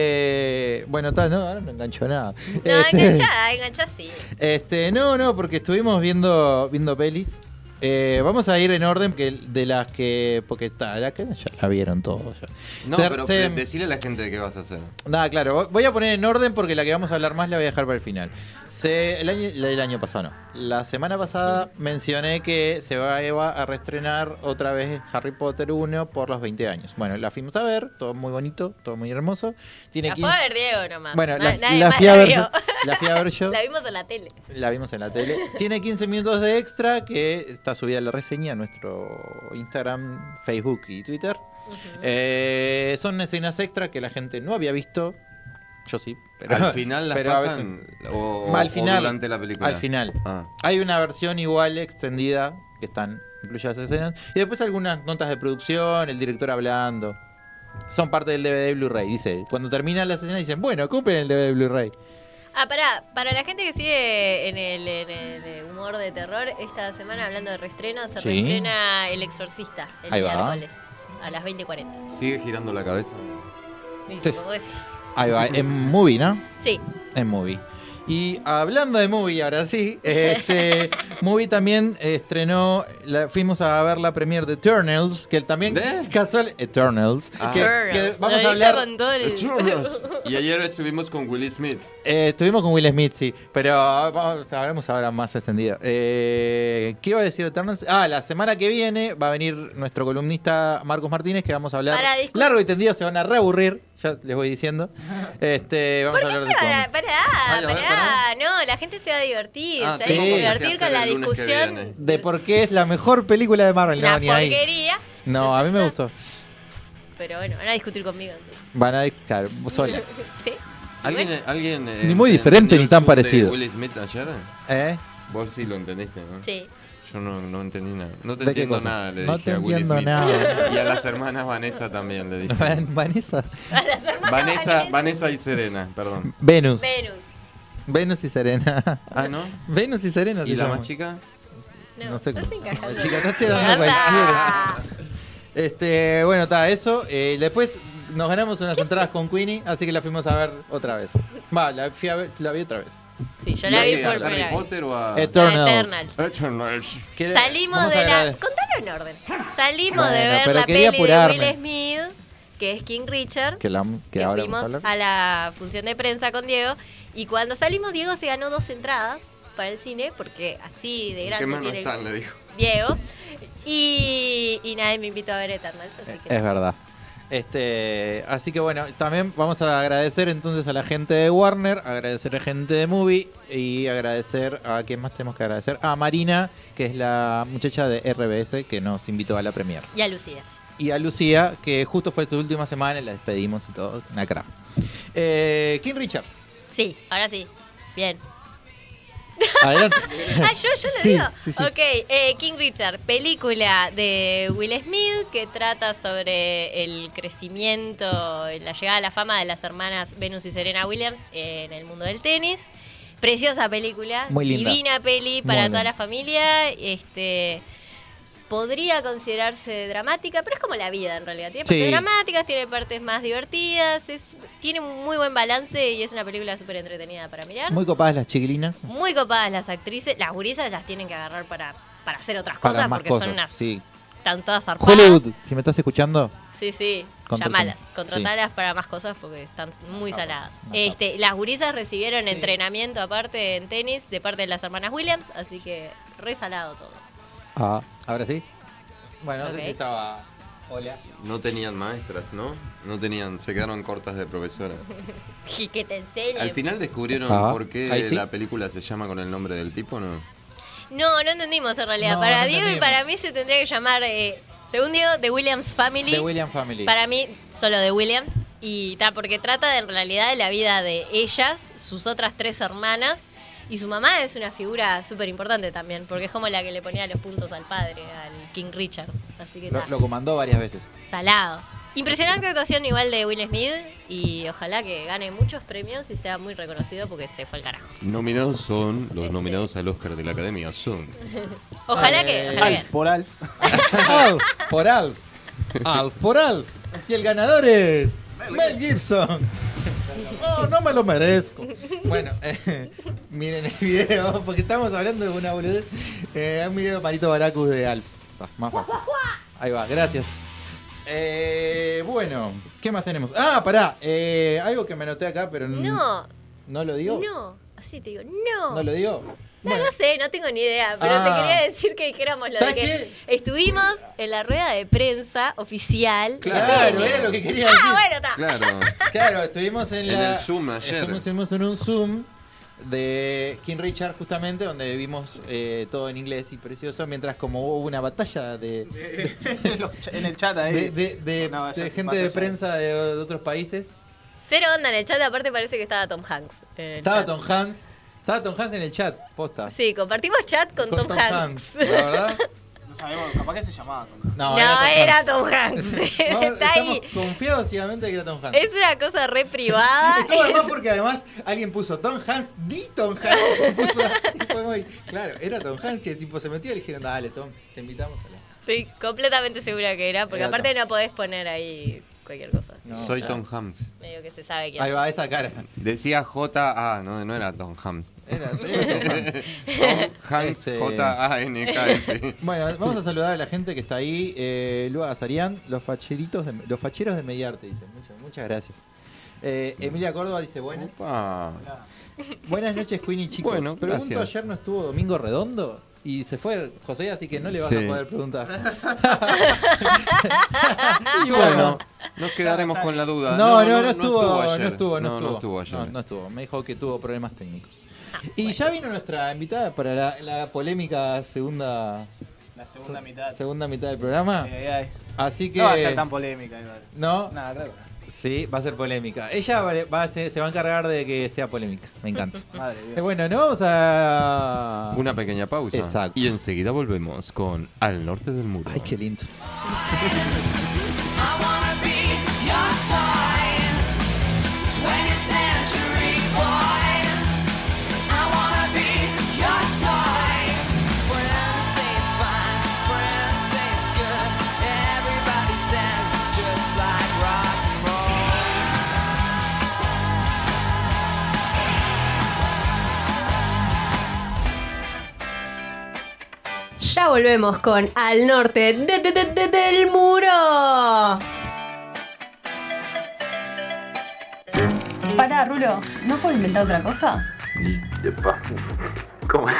[SPEAKER 7] Eh, bueno, ta, no, ahora no engancho nada.
[SPEAKER 6] No, enganchada, enganchada sí.
[SPEAKER 7] Este, no, no, porque estuvimos viendo, viendo pelis. Eh, vamos a ir en orden que de las que. Porque está, la que ya la vieron todos. ya.
[SPEAKER 5] No,
[SPEAKER 7] Ter-
[SPEAKER 5] pero
[SPEAKER 7] se-
[SPEAKER 5] decirle decile a la gente de qué vas a hacer.
[SPEAKER 7] Nada, claro. vo- Voy a poner en orden porque la que vamos a hablar más la voy a dejar para el final. Se- el, año, la- el año pasado no. La semana pasada mencioné que se va Eva a reestrenar otra vez Harry Potter 1 por los 20 años. Bueno, la fuimos a ver, todo muy bonito, todo muy hermoso. Tiene
[SPEAKER 6] La fue
[SPEAKER 7] 15...
[SPEAKER 6] a ver Diego nomás.
[SPEAKER 7] Bueno,
[SPEAKER 6] Na-
[SPEAKER 7] la,
[SPEAKER 6] nadie
[SPEAKER 7] la
[SPEAKER 6] más
[SPEAKER 7] fui a ver yo.
[SPEAKER 6] vio.
[SPEAKER 7] La fui a ver yo.
[SPEAKER 6] La vimos en la tele.
[SPEAKER 7] La vimos en la tele. Tiene 15 minutos de extra que está subida la reseña a nuestro Instagram, Facebook y Twitter. Eh, son escenas extra que la gente no había visto. Yo sí, pero
[SPEAKER 5] Al final las
[SPEAKER 7] pero a
[SPEAKER 5] pasan o,
[SPEAKER 7] Al
[SPEAKER 5] o
[SPEAKER 7] final,
[SPEAKER 5] durante la película.
[SPEAKER 7] al final.
[SPEAKER 5] Ah.
[SPEAKER 7] Hay una versión igual extendida que están incluidas las escenas. Y después algunas notas de producción, el director hablando. Son parte del DVD de Blu-ray, dice. Cuando terminan las escenas dicen, bueno, compren el DVD de Blu-ray.
[SPEAKER 6] Ah, pará, para la gente que sigue en el, en el eh, humor de terror, esta semana hablando de reestreno, se
[SPEAKER 7] Sí.
[SPEAKER 6] reestrena El Exorcista el
[SPEAKER 7] Ahí va.
[SPEAKER 6] miércoles a las 20.40.
[SPEAKER 5] Sigue girando la cabeza.
[SPEAKER 6] Y
[SPEAKER 7] Sí.
[SPEAKER 6] supongo que sí.
[SPEAKER 7] Ahí va, en movie, ¿no?
[SPEAKER 6] Sí,
[SPEAKER 7] En Movie. Y hablando de Movie, ahora sí, este, Movie también estrenó, la- fuimos a ver la premiere de Eternals, que también
[SPEAKER 5] ¿De?
[SPEAKER 7] casual Eternals,
[SPEAKER 5] Ah.
[SPEAKER 7] que,
[SPEAKER 6] Turtles.
[SPEAKER 7] que
[SPEAKER 6] Lo
[SPEAKER 7] vamos
[SPEAKER 6] hizo
[SPEAKER 7] a hablar.
[SPEAKER 6] con todo el-
[SPEAKER 5] y ayer estuvimos con Will Smith.
[SPEAKER 7] eh, estuvimos con Will Smith, sí, pero vamos- hablaremos ahora más extendido. Eh, ¿Qué iba a decir Eternals? Ah, la semana que viene va a venir nuestro columnista Marcos Martínez, que vamos a hablar
[SPEAKER 6] Para, disculpa.
[SPEAKER 7] largo y tendido, se van a reaburrir, ya les voy diciendo. Este, vamos
[SPEAKER 6] ¿Por
[SPEAKER 7] a hablar
[SPEAKER 6] qué
[SPEAKER 7] de
[SPEAKER 6] se van
[SPEAKER 7] cómics.
[SPEAKER 6] a.? Pará,
[SPEAKER 5] Ay, a ver,
[SPEAKER 6] pará. Ah, No, la gente se va a divertir.
[SPEAKER 5] Ah,
[SPEAKER 6] se
[SPEAKER 7] sí.
[SPEAKER 6] va a
[SPEAKER 5] Tengo
[SPEAKER 6] divertir
[SPEAKER 5] cosas que
[SPEAKER 6] con la
[SPEAKER 5] hacer el lunes que viene.
[SPEAKER 6] discusión.
[SPEAKER 7] de por qué es la mejor película de Marvel.
[SPEAKER 6] Es una
[SPEAKER 7] No, ni ahí.
[SPEAKER 6] porquería.
[SPEAKER 7] No, a mí me gustó.
[SPEAKER 6] Pero bueno, van a discutir conmigo entonces.
[SPEAKER 7] Van a echar sola.
[SPEAKER 6] ¿Sí?
[SPEAKER 5] ¿Alguien,
[SPEAKER 6] Bueno,
[SPEAKER 5] alguien, eh,
[SPEAKER 7] Ni muy diferente
[SPEAKER 5] entendió
[SPEAKER 7] ni
[SPEAKER 5] el
[SPEAKER 7] tan
[SPEAKER 5] chiste de
[SPEAKER 7] parecido.
[SPEAKER 5] Will Smith ayer?
[SPEAKER 7] ¿Eh?
[SPEAKER 5] Vos sí lo entendiste, ¿no?
[SPEAKER 6] Sí.
[SPEAKER 5] Yo no, no entendí nada. No
[SPEAKER 7] ¿De
[SPEAKER 5] te
[SPEAKER 7] qué
[SPEAKER 5] entiendo
[SPEAKER 7] cosa?
[SPEAKER 5] nada, le
[SPEAKER 7] No
[SPEAKER 5] dije
[SPEAKER 7] te
[SPEAKER 5] a Will
[SPEAKER 7] entiendo
[SPEAKER 5] Smith.
[SPEAKER 7] nada.
[SPEAKER 5] Y a las hermanas Vanessa también le dije.
[SPEAKER 7] Van- Vanessa.
[SPEAKER 5] Vanessa, Vanessa y Serena, perdón.
[SPEAKER 7] Venus.
[SPEAKER 6] Venus.
[SPEAKER 7] Venus y Serena.
[SPEAKER 5] Ah, ¿no?
[SPEAKER 7] Venus y Serena se
[SPEAKER 5] ¿Y la
[SPEAKER 7] llama.
[SPEAKER 5] más chica?
[SPEAKER 6] No,
[SPEAKER 7] No sé
[SPEAKER 6] estás
[SPEAKER 7] cómo-
[SPEAKER 6] encajando.
[SPEAKER 7] La chica está tirando
[SPEAKER 6] Garda.
[SPEAKER 7] Este, bueno, está eso. Eh, después nos ganamos unas entradas con Queenie, así que la fuimos a ver otra vez. Va, la, fui a ver- la vi otra vez.
[SPEAKER 6] Sí, yo
[SPEAKER 5] ¿Y
[SPEAKER 6] la
[SPEAKER 5] a
[SPEAKER 6] vi
[SPEAKER 5] qué?
[SPEAKER 6] por
[SPEAKER 5] ¿A Harry
[SPEAKER 6] primera vez.
[SPEAKER 5] Potter o a...?
[SPEAKER 7] Eternals.
[SPEAKER 6] Eternals.
[SPEAKER 5] Eternals.
[SPEAKER 7] Que-
[SPEAKER 6] Salimos
[SPEAKER 7] vamos a
[SPEAKER 6] de la.
[SPEAKER 7] agrade-
[SPEAKER 6] Contale pero en orden. Salimos de
[SPEAKER 7] Bueno,
[SPEAKER 6] ver
[SPEAKER 7] pero
[SPEAKER 6] la peli
[SPEAKER 7] quería
[SPEAKER 6] de
[SPEAKER 7] apurarme.
[SPEAKER 6] Will Smith, que es King Richard.
[SPEAKER 7] Que, la, que
[SPEAKER 6] que
[SPEAKER 7] ahora vamos a
[SPEAKER 6] fuimos
[SPEAKER 7] hablar.
[SPEAKER 6] a la función de prensa con Diego. Y cuando salimos, Diego se ganó dos entradas para el cine, porque así de
[SPEAKER 5] ¿Qué
[SPEAKER 6] grande
[SPEAKER 5] más no
[SPEAKER 6] tiene el
[SPEAKER 5] están? Le dijo.
[SPEAKER 6] Diego. Y, y nadie me invitó a ver Eternals, así que
[SPEAKER 7] Es verdad. Este, así que bueno, también vamos a agradecer entonces a la gente de Warner, agradecer a la gente de Movie y agradecer a quién más tenemos que agradecer, a Marina, que es la muchacha de RBS que nos invitó a la premier.
[SPEAKER 6] Y a Lucía.
[SPEAKER 7] Y a Lucía, que justo fue tu última semana, y la despedimos y todo, una crap. Eh, King Richard,
[SPEAKER 6] Sí, ahora sí. Bien.
[SPEAKER 7] adelante.
[SPEAKER 6] Ah, yo, yo lo
[SPEAKER 7] Sí,
[SPEAKER 6] digo.
[SPEAKER 7] sí, sí.
[SPEAKER 6] Ok, eh, King Richard, película de Will Smith que trata sobre el crecimiento, la llegada a la fama de las hermanas Venus y Serena Williams en el mundo del tenis. Preciosa película,
[SPEAKER 7] Muy linda.
[SPEAKER 6] divina peli para
[SPEAKER 7] Muy
[SPEAKER 6] toda
[SPEAKER 7] linda.
[SPEAKER 6] la familia. Este podría considerarse dramática, pero es como la vida en realidad. Tiene partes
[SPEAKER 7] Sí.
[SPEAKER 6] dramáticas, tiene partes más divertidas, es, tiene un muy buen balance y es una película súper entretenida para mirar.
[SPEAKER 7] Muy copadas las chiquilinas.
[SPEAKER 6] Muy copadas las actrices. Las gurisas las tienen que agarrar para, para hacer otras
[SPEAKER 7] Para
[SPEAKER 6] cosas
[SPEAKER 7] más
[SPEAKER 6] porque
[SPEAKER 7] cosas.
[SPEAKER 6] son unas
[SPEAKER 7] Sí.
[SPEAKER 6] están todas zarpadas.
[SPEAKER 7] Hollywood, si me estás escuchando,
[SPEAKER 6] Sí, sí.
[SPEAKER 7] Contratame.
[SPEAKER 6] Llamalas.
[SPEAKER 7] Sí.
[SPEAKER 6] Contratalas para más cosas porque están muy
[SPEAKER 7] Vamos,
[SPEAKER 6] saladas.
[SPEAKER 7] vamos.
[SPEAKER 6] Este, las gurisas recibieron entrenamiento aparte en tenis de parte de las hermanas Williams, así que resalado todo.
[SPEAKER 7] Ah, ahora sí. Bueno, no
[SPEAKER 6] Ok.
[SPEAKER 7] sé si estaba. Hola.
[SPEAKER 5] No tenían maestras, ¿no? No tenían, se quedaron cortas de profesora.
[SPEAKER 6] Y que te enseñen.
[SPEAKER 5] Al final descubrieron
[SPEAKER 7] Ajá.
[SPEAKER 5] por qué
[SPEAKER 7] Ah, Ahí sí.
[SPEAKER 5] la película se llama con el nombre del tipo, ¿no?
[SPEAKER 6] No, no entendimos en realidad.
[SPEAKER 7] No,
[SPEAKER 6] para
[SPEAKER 7] no
[SPEAKER 6] Diego y
[SPEAKER 7] entendimos.
[SPEAKER 6] para mí se tendría que llamar, eh, según Diego, The Williams Family.
[SPEAKER 7] The William Family.
[SPEAKER 6] Para mí, solo de Williams. Y ta, porque trata de, en realidad de la vida de ellas, sus otras tres hermanas. Y su mamá es una figura súper importante también, porque es como la que le ponía los puntos al padre, al King Richard. Así que
[SPEAKER 7] Lo,
[SPEAKER 6] ta,
[SPEAKER 7] lo comandó varias veces.
[SPEAKER 6] salado. Impresionante actuación igual de Will Smith y ojalá que gane muchos premios y sea muy reconocido porque se fue al carajo.
[SPEAKER 5] Nominados son, los nominados al Oscar de la Academia son.
[SPEAKER 6] Ojalá
[SPEAKER 7] Eh,
[SPEAKER 6] que... Ojalá que
[SPEAKER 3] Alf, por Alf.
[SPEAKER 7] Alf por Alf. Alf por Alf. Y el ganador es Mel Gibson. No, no me lo merezco. Bueno, eh, miren el video, porque estamos hablando de una boludez. Eh, un video de Marito Baracus de Alf. Está, más fácil. Ahí va, gracias. Eh, bueno, ¿qué más tenemos? Ah, pará. eh, algo que me anoté acá, pero n-
[SPEAKER 6] No,
[SPEAKER 7] ¿No lo digo?
[SPEAKER 6] no, así te digo, no.
[SPEAKER 7] ¿No lo digo?
[SPEAKER 6] No, no sé, no tengo ni idea, pero
[SPEAKER 7] Ah.
[SPEAKER 6] te quería decir que dijéramos lo de
[SPEAKER 7] ¿Sabes
[SPEAKER 6] que estuvimos en la rueda de prensa oficial.
[SPEAKER 7] Claro, era lo que quería decir.
[SPEAKER 6] Ah, bueno, está.
[SPEAKER 5] Claro.
[SPEAKER 7] Claro, estuvimos en,
[SPEAKER 5] En
[SPEAKER 7] la-
[SPEAKER 5] el Zoom ayer.
[SPEAKER 7] Estuvimos, estuvimos en un Zoom de King Richard justamente, donde vimos eh, todo en inglés y precioso, mientras como hubo una batalla de,
[SPEAKER 3] En los cha- en el chat ahí.
[SPEAKER 7] de, de- de-
[SPEAKER 3] Una batalla-
[SPEAKER 7] de gente de
[SPEAKER 3] batalla.
[SPEAKER 7] prensa de, de otros países.
[SPEAKER 6] Cero onda en el chat, aparte parece que estaba Tom Hanks. en el
[SPEAKER 7] Estaba
[SPEAKER 6] chat.
[SPEAKER 7] Tom Hanks. Estaba Tom Hanks en el chat, posta.
[SPEAKER 6] Sí, compartimos chat con, Tom, Hanks.
[SPEAKER 7] La verdad.
[SPEAKER 3] No sabemos, capaz que se llamaba. Tom.
[SPEAKER 7] No,
[SPEAKER 6] No,
[SPEAKER 7] era
[SPEAKER 6] era
[SPEAKER 7] Tom
[SPEAKER 6] Tom Hanks.
[SPEAKER 7] Hanks. Vamos,
[SPEAKER 6] Está
[SPEAKER 7] Estamos
[SPEAKER 6] ahí.
[SPEAKER 7] confiados ciegamente de que era Tom Hanks.
[SPEAKER 6] Es una cosa re privada.
[SPEAKER 7] Estuvo además porque además alguien puso Tom Hanks, di Tom Hanks. se puso y fue muy- claro, era Tom Hanks que tipo se metió y le dijeron, dale Tom, te invitamos a la.
[SPEAKER 6] Estoy completamente segura que era, porque
[SPEAKER 7] Era
[SPEAKER 6] aparte
[SPEAKER 7] Tom.
[SPEAKER 6] no podés poner ahí cualquier cosa.
[SPEAKER 7] No.
[SPEAKER 5] Soy Tom Hams.
[SPEAKER 6] Medio que se sabe quién
[SPEAKER 7] Ahí
[SPEAKER 6] es.
[SPEAKER 7] va esa cara.
[SPEAKER 5] Decía J-A, no, no era Tom Hams.
[SPEAKER 7] Era- era Tom Hanks.
[SPEAKER 5] Hans
[SPEAKER 7] Ese-
[SPEAKER 5] J-A-N-K-S.
[SPEAKER 7] Bueno, vamos a saludar a la gente que está ahí. Eh, Lua Azarian, los facheritos de, los facheros de Mediarte, dice. Muchas, muchas gracias. Eh, Emilia Córdoba dice buenas.
[SPEAKER 5] Opa.
[SPEAKER 7] Buenas noches, Queen y chicos.
[SPEAKER 5] Bueno,
[SPEAKER 7] Pregunto,
[SPEAKER 5] gracias.
[SPEAKER 7] ayer no estuvo Domingo Redondo y se fue José, así que no le vas
[SPEAKER 5] Sí.
[SPEAKER 7] a poder preguntar.
[SPEAKER 5] Y bueno, nos quedaremos con la duda.
[SPEAKER 7] No, no, no, estuvo, no
[SPEAKER 5] ayer.
[SPEAKER 7] estuvo, no,
[SPEAKER 5] no
[SPEAKER 7] estuvo.
[SPEAKER 5] ayer.
[SPEAKER 7] No, no estuvo. Me dijo que tuvo problemas técnicos.
[SPEAKER 3] Ah,
[SPEAKER 7] y ya vino nuestra invitada para la, la polémica segunda
[SPEAKER 3] La segunda mitad.
[SPEAKER 7] segunda mitad del programa.
[SPEAKER 3] Eh, ahí.
[SPEAKER 7] Así que
[SPEAKER 3] No va a ser tan polémica igual.
[SPEAKER 7] no,
[SPEAKER 3] Nada, claro. que
[SPEAKER 7] sí, va a ser polémica. Ella va, va a ser- se va a encargar de que sea polémica. Me encanta.
[SPEAKER 3] no. Madre de
[SPEAKER 7] Eh,
[SPEAKER 3] Dios.
[SPEAKER 7] bueno, no vamos a
[SPEAKER 5] Una pequeña pausa.
[SPEAKER 7] Exacto.
[SPEAKER 5] Y enseguida volvemos con Al Norte del Muro.
[SPEAKER 7] Ay, qué lindo.
[SPEAKER 6] Ya volvemos con Al Norte de- de- de- de- del Muro.
[SPEAKER 10] Pará, Rulo, ¿no puedo inventar otra cosa?
[SPEAKER 5] Y, epa, ¿Cómo es?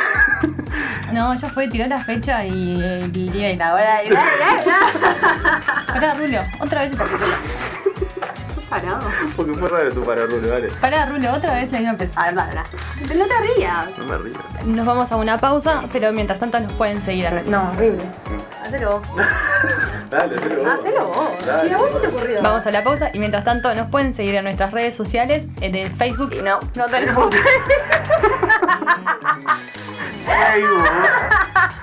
[SPEAKER 10] No, ya fue, tiró la fecha y eh, el día y la hora. Y la, la, la. Pará, Rulo, otra vez.
[SPEAKER 11] Porque fue raro tu pararulo, dale.
[SPEAKER 10] Pará, Rulo, otra vez la misma pe- Ah, pará, pará. No te rías.
[SPEAKER 11] No me rías.
[SPEAKER 10] Nos vamos a una pausa, pero mientras tanto nos pueden seguir. a- No, horrible. Hacelo vos.
[SPEAKER 11] Dale, pero vos.
[SPEAKER 10] Hacelo vos.
[SPEAKER 11] Dale.
[SPEAKER 10] Vamos a la pausa y mientras tanto nos pueden seguir en nuestras redes sociales, en el Facebook. No, no tenemos.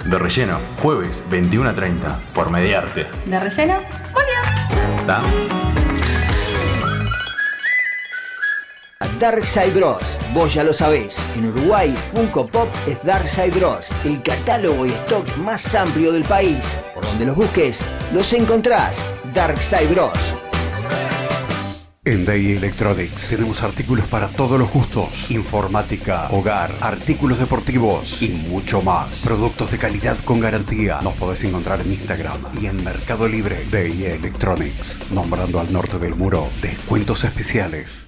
[SPEAKER 12] De relleno, jueves 21 a 30, por Mediarte.
[SPEAKER 10] De relleno.
[SPEAKER 12] ¿Está?
[SPEAKER 13] Darkside Bros, vos ya lo sabés, en Uruguay Funko Pop es Darkside Bros, el catálogo y stock más amplio del país. Por donde los busques, los encontrás. Darkside Bros.
[SPEAKER 14] En Day Electronics tenemos artículos para todos los gustos, informática, hogar, artículos deportivos y mucho más. Productos de calidad con garantía. Nos podés encontrar en Instagram y en Mercado Libre. Day Electronics, nombrando al norte del muro, descuentos especiales.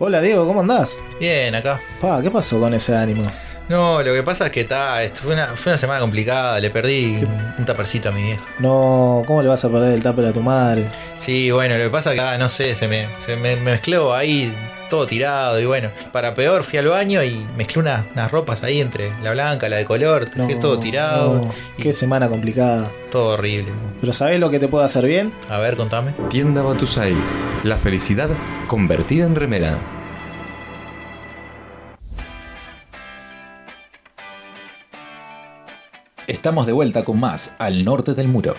[SPEAKER 3] Hola Diego, ¿cómo andás?
[SPEAKER 15] Bien, acá.
[SPEAKER 3] Pa, ¿qué pasó con ese ánimo?
[SPEAKER 15] No, lo que pasa es que está, esto fue una, fue una semana complicada, le perdí un tapercito a mi vieja.
[SPEAKER 3] No, ¿cómo le vas a perder el tupper a tu madre?
[SPEAKER 15] Sí, bueno, lo que pasa es que, ah, no sé, se me, se me mezcló ahí todo tirado y bueno, para peor fui al baño y mezclé una- unas ropas ahí entre la blanca, la de color, dejé todo tirado,
[SPEAKER 3] No, qué semana complicada.
[SPEAKER 15] todo horrible.
[SPEAKER 3] Pero ¿sabés lo que te puede hacer bien?
[SPEAKER 15] A ver, contame.
[SPEAKER 5] Tienda Batusai. La felicidad convertida en remera.
[SPEAKER 16] Estamos de vuelta con más al norte del muro.